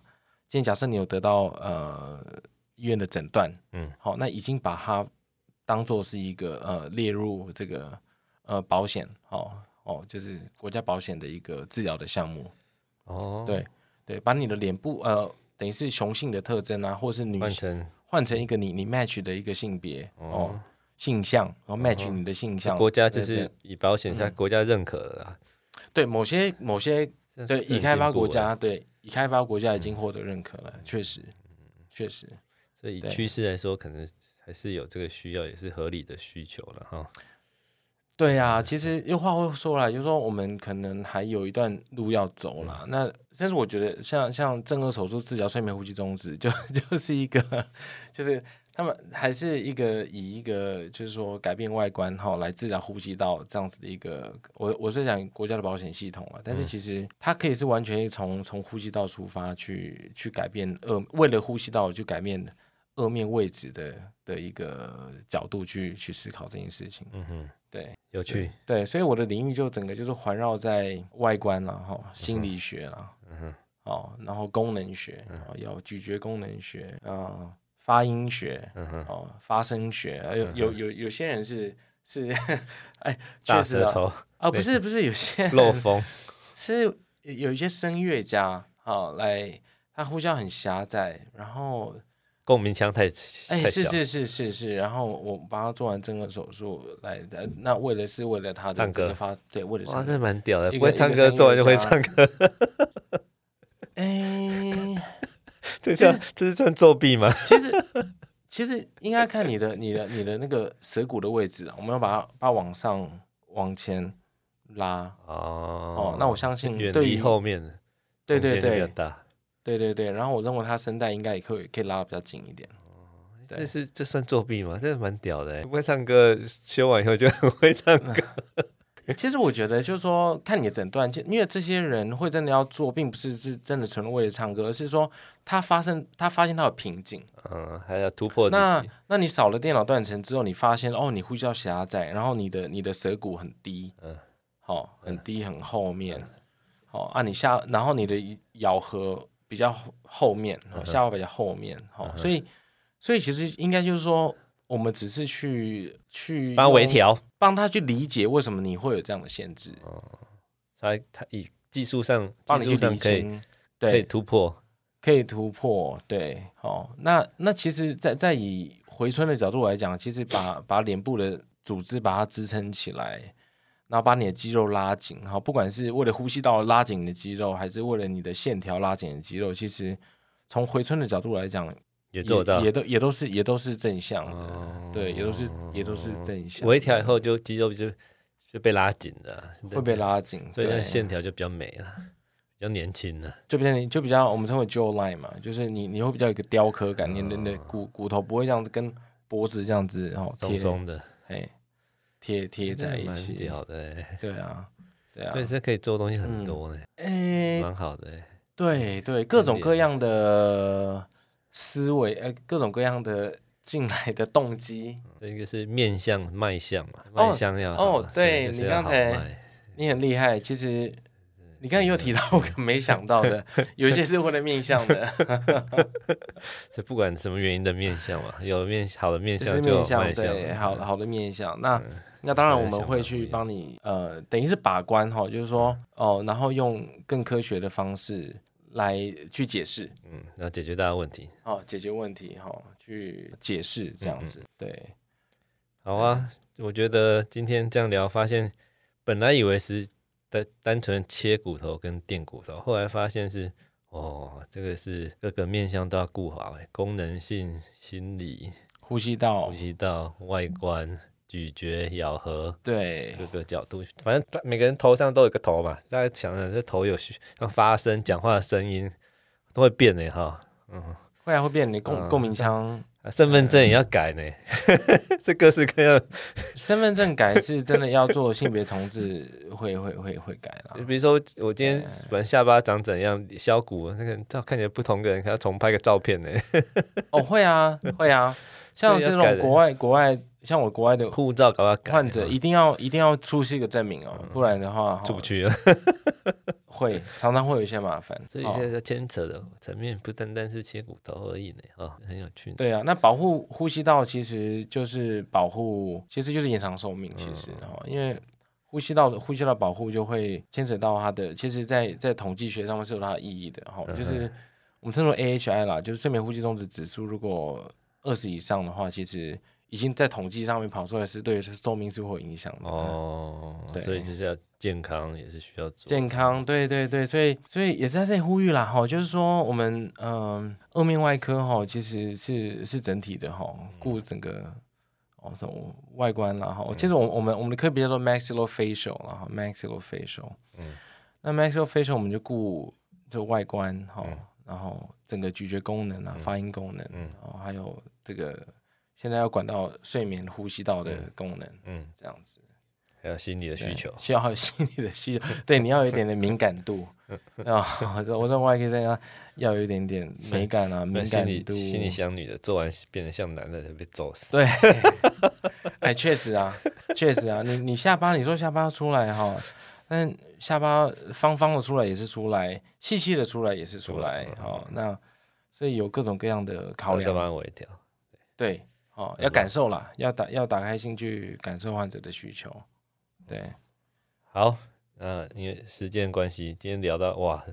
Speaker 2: 今天假设你有得到呃医院的诊断，
Speaker 1: 嗯，
Speaker 2: 好，那已经把它当做是一个呃列入这个呃保险，哦哦，就是国家保险的一个治疗的项目，
Speaker 1: 哦，
Speaker 2: 对对，把你的脸部呃等于是雄性的特征啊，或是女
Speaker 1: 换
Speaker 2: 性
Speaker 1: 成
Speaker 2: 换成一个你你 match 的一个性别哦
Speaker 1: 哦嗯
Speaker 2: 性向，然后 match 你的性向，
Speaker 1: 国家就
Speaker 2: 对对
Speaker 1: 是以保险下国家认可了啦，
Speaker 2: 对某些某些
Speaker 1: 这
Speaker 2: 对，
Speaker 1: 这
Speaker 2: 已
Speaker 1: 很
Speaker 2: 开发
Speaker 1: 进步
Speaker 2: 国
Speaker 1: 了，嗯
Speaker 2: 家，对已开发国家已经获得认可了，确实，确实，
Speaker 1: 所以以
Speaker 2: 对
Speaker 1: 趋势来说，可能还是有这个需要，也是合理的需求了哈。
Speaker 2: 对呀、其实又话会说来，就是说我们可能还有一段路要走啦。那但是我觉得像像正颌手术、治疗睡眠呼吸中止，就 就是一个，就是他们还是一个以一个就是说改变外观哈来治疗呼吸道这样子的一个，我我是讲国家的保险系统啊，但是其实它可以是完全从从呼吸道出发去去改变呃，为了呼吸道去改变二面位置的的一个角度去去思考这件事情。
Speaker 1: 嗯哼，
Speaker 2: 对，
Speaker 1: 有趣，
Speaker 2: 对，所以我的领域就整个就是环绕在外观啦，哈，心理学啦，
Speaker 1: 嗯哼，嗯
Speaker 2: 哦，然后功能学，哦，有咀嚼功能学，啊、发音学，
Speaker 1: 嗯哼，
Speaker 2: 哦，发声学，呃有有有有些人是是， 哎，确
Speaker 1: 大
Speaker 2: 实
Speaker 1: 舌
Speaker 2: 啊，
Speaker 1: 头
Speaker 2: 啊，不是不是，有些人
Speaker 1: 漏风，
Speaker 2: 是有有一些声乐家，哦，来，他呼叫很狭窄，然后
Speaker 1: 共鸣腔太
Speaker 2: 哎，
Speaker 1: 太
Speaker 2: 是
Speaker 1: 小，
Speaker 2: 是是是是，然后我帮他做完整个手术来，呃那为了是为了他的
Speaker 1: 唱
Speaker 2: 这个
Speaker 1: 歌
Speaker 2: 发，对，为了
Speaker 1: 哇，
Speaker 2: 唱
Speaker 1: 这蛮屌的，
Speaker 2: 一个
Speaker 1: 不会唱歌，做完就会唱歌，
Speaker 2: 哎，
Speaker 1: 这像这是算作弊吗？
Speaker 2: 其实其实应该看你的、你的、你的那个舌骨的位置啊，我们要把它把它往上、往前拉。
Speaker 1: 哦
Speaker 2: 哦那我相信
Speaker 1: 远
Speaker 2: 对
Speaker 1: 离
Speaker 2: 于
Speaker 1: 后面，
Speaker 2: 对
Speaker 1: 空
Speaker 2: 对
Speaker 1: 间就比较
Speaker 2: 对
Speaker 1: 大，
Speaker 2: 对对对，然后我认为它声带应该也可以可以拉的比较紧一点。对
Speaker 1: 这是这算作弊吗？这蛮屌的欸，不会唱歌，修完以后就很会唱歌，
Speaker 2: 其实我觉得就是说，看你的诊断，就因为这些人会真的要做，并不是是真的纯为了唱歌，而是说他发生他发现他有瓶颈。
Speaker 1: 嗯，还要突破自
Speaker 2: 那
Speaker 1: 己，
Speaker 2: 那你少了电脑断层之后，你发现哦，你呼吸道狭窄，然后你的你的舌骨很低，
Speaker 1: 嗯
Speaker 2: 嗯，好、很低很后面，好、啊，你下，然后你的咬合比较后后面，
Speaker 1: 嗯
Speaker 2: 哦下巴比较后面，好、所以所以其实应该就是说，我们只是去去
Speaker 1: 帮他微
Speaker 2: 用，
Speaker 1: 调，
Speaker 2: 帮他去理解为什么你会有这样的限制，
Speaker 1: 他他以技术上
Speaker 2: 帮
Speaker 1: 技术
Speaker 2: 你去
Speaker 1: 上
Speaker 2: 理
Speaker 1: 可以
Speaker 2: 清，
Speaker 1: 可以
Speaker 2: 对，
Speaker 1: 突破，
Speaker 2: 可以突破，对，哦，那那其实在，在以回春的角度来讲，其实把把脸部的组织把它支撑起来，然后把你的肌肉拉紧，哈，不管是为了呼吸道拉紧你的肌肉，还是为了你的线条拉紧你的肌肉，其实从回春的角度来讲，
Speaker 1: 也
Speaker 2: 也
Speaker 1: 做到
Speaker 2: 也，都也都是也都是正向的，
Speaker 1: 哦
Speaker 2: 对，也都是也都是正向的，
Speaker 1: 微调以后就肌肉就就被拉紧了啊，
Speaker 2: 会被拉紧，
Speaker 1: 所以那
Speaker 2: 对
Speaker 1: 线条就比较美了，比较年轻了。
Speaker 2: 就比较你就比较我们称为 jaw line 嘛，就是你你会比较有一个雕刻感，你的你的骨骨头不会这样子跟脖子这样子哦贴
Speaker 1: 嗯松松的，
Speaker 2: 哎贴贴在一
Speaker 1: 蛮
Speaker 2: 起，
Speaker 1: 屌的欸，
Speaker 2: 对啊对啊嗯
Speaker 1: 所以，这可以做的东西很多呢，
Speaker 2: 哎
Speaker 1: 蛮好的欸。
Speaker 2: 对对，各种
Speaker 1: 点
Speaker 2: 各样的思维，呃各种各样的进来的动机，
Speaker 1: 这一个是面向卖相嘛，
Speaker 2: 哦
Speaker 1: 卖相要
Speaker 2: 哦
Speaker 1: 好所以
Speaker 2: 对
Speaker 1: 就是
Speaker 2: 你
Speaker 1: 要
Speaker 2: 刚
Speaker 1: 好
Speaker 2: 才
Speaker 1: 卖
Speaker 2: 你很厉害，其实。你刚才又提到我可没想 到的，有一些是为了面向的，
Speaker 1: 这不管什么原因的面相嘛，有面好的面
Speaker 2: 这
Speaker 1: 相
Speaker 2: 是
Speaker 1: 就有
Speaker 2: 面向
Speaker 1: 卖相嗯
Speaker 2: 对，
Speaker 1: 嘛，
Speaker 2: 好的好的面向。那那当然我们会去帮你呃，等于是把关哈，就是说
Speaker 1: 嗯
Speaker 2: 哦，然后用更科学的方式来去解释
Speaker 1: 嗯，然后解决大家问题。
Speaker 2: 哦，解决问题哈，去解释这样子。对，
Speaker 1: 嗯好啊，
Speaker 2: 嗯
Speaker 1: 我觉得今天这样聊，发现本来以为是单单纯切骨头跟垫骨头，后来发现是哦，这个是各个面向都要顾好欸，功能性、心理、
Speaker 2: 呼吸道
Speaker 1: 呼吸道、外观、咀嚼、咬合
Speaker 2: 对
Speaker 1: 各个角度，反正每个人头上都有个头嘛。大家想想，这头有需像发声、讲话的声音都会变的哈。
Speaker 2: 未来会变你的
Speaker 1: 嗯
Speaker 2: 共共鸣腔，
Speaker 1: 啊身份证也要改呢， 这各式各样。
Speaker 2: 身份证改是真的要做性别重置，会会会会改啦。
Speaker 1: 比如说，我今天本来下巴长怎样，削骨那个照看起来不同个人，还要重拍个照 片呢。
Speaker 2: 哦，会啊会啊，像
Speaker 1: 所以要
Speaker 2: 这
Speaker 1: 改
Speaker 2: 种
Speaker 1: 的
Speaker 2: 国外国外，像我国外的
Speaker 1: 护照搞到改呢，
Speaker 2: 患者一定要一定要出示一个证明哦，不然的话
Speaker 1: 嗯出不
Speaker 2: 哦
Speaker 1: 去了。
Speaker 2: 会常常会有一些麻烦。
Speaker 1: 所以
Speaker 2: 哦
Speaker 1: 现在牵扯的层面不单单是切骨头而已呢，啊，很有趣呢。
Speaker 2: 对啊，那保护呼吸道其实就是保护，其实就是延长寿
Speaker 1: 嗯
Speaker 2: 命。其实哦，因为呼吸道的呼吸道保护就会牵扯到它的，其实在，在统计学上面是有它的意义的
Speaker 1: 嗯
Speaker 2: 哈、哦，就是我们称作 AHI 啦，就是睡眠呼吸中止指数，如果二十以上的话，其实已经在统计上面跑出来是对寿命是会有影响的。
Speaker 1: 哦，
Speaker 2: 对
Speaker 1: 所以就是要健康也是需要做。
Speaker 2: 健康，对对对，所以所以也是在这里呼吁啦，哈，就是说我们
Speaker 1: 嗯
Speaker 2: 嗯、呃，二面外科哈，其实是是整体的哈，顾整个哦，这种外观啦哈。其实我我们我们的科别叫做 maxillofacial 啦哈，maxillofacial。
Speaker 1: 嗯
Speaker 2: 那 maxillofacial 我们就顾就外观哈，
Speaker 1: 嗯
Speaker 2: 然后整个咀嚼功能啊、发音功能，
Speaker 1: 嗯
Speaker 2: 然后还有这个现在要管到睡眠、呼吸道的功能，
Speaker 1: 嗯，
Speaker 2: 这样子。
Speaker 1: 还有心理的需求
Speaker 2: 对，需要有心理的需求， 对，你要有一点的敏感 度啊。我在外可以这样，要有一点点美感啊，
Speaker 1: 不然
Speaker 2: 敏
Speaker 1: 心
Speaker 2: 感
Speaker 1: 理
Speaker 2: 度。
Speaker 1: 心理像女的，做完变得像男的就被揍死。
Speaker 2: 对，哎，确实 啊，确实啊，你你下巴，你说下巴出来哈，但下巴方方的出来也是出来，细细的出来也是出来，哦，那所以有各种各样的考
Speaker 1: 干
Speaker 2: 量，
Speaker 1: 嘛我一条？
Speaker 2: 对，哦，要感受啦，要打要打开心去感受患者的需求，对，
Speaker 1: 好，那因为时间关系，今天聊到哇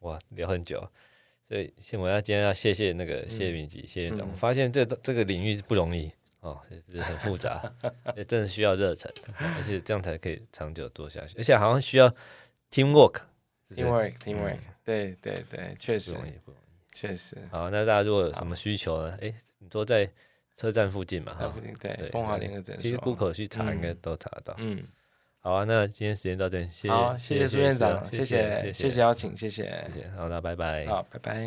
Speaker 1: 哇聊很久，所以先我要今天要谢谢那
Speaker 2: 嗯
Speaker 1: 个谢敏吉、谢院长，我发现这这个领域是不容易哦，也是很复杂，也真的需要热忱，而且这样才可以长久做下去，而且好像需要 teamwork，是不是
Speaker 2: t e a m w o r k t e a m w o r k 对对对，确
Speaker 1: 不
Speaker 2: 实
Speaker 1: 容易不容易。
Speaker 2: 确实，
Speaker 1: 好，那大家如果有什么需求呢？诶，你说在车站附近嘛，
Speaker 2: 那
Speaker 1: 哈
Speaker 2: 啊不，行，嗯对
Speaker 1: 对，，
Speaker 2: 风华
Speaker 1: 那
Speaker 2: 联合诊
Speaker 1: 其实
Speaker 2: 所，
Speaker 1: Google 去查应该
Speaker 2: 嗯
Speaker 1: 都查得到。
Speaker 2: 嗯，
Speaker 1: 好啊，那今天时间到这里，谢
Speaker 2: 好，
Speaker 1: 谢
Speaker 2: 谢啊谢苏院
Speaker 1: 思
Speaker 2: 长
Speaker 1: 瑶，
Speaker 2: 谢
Speaker 1: 谢
Speaker 2: 谢
Speaker 1: 谢
Speaker 2: 谢谢邀请，谢谢
Speaker 1: 谢，谢，好，那拜拜。
Speaker 2: 好，拜拜。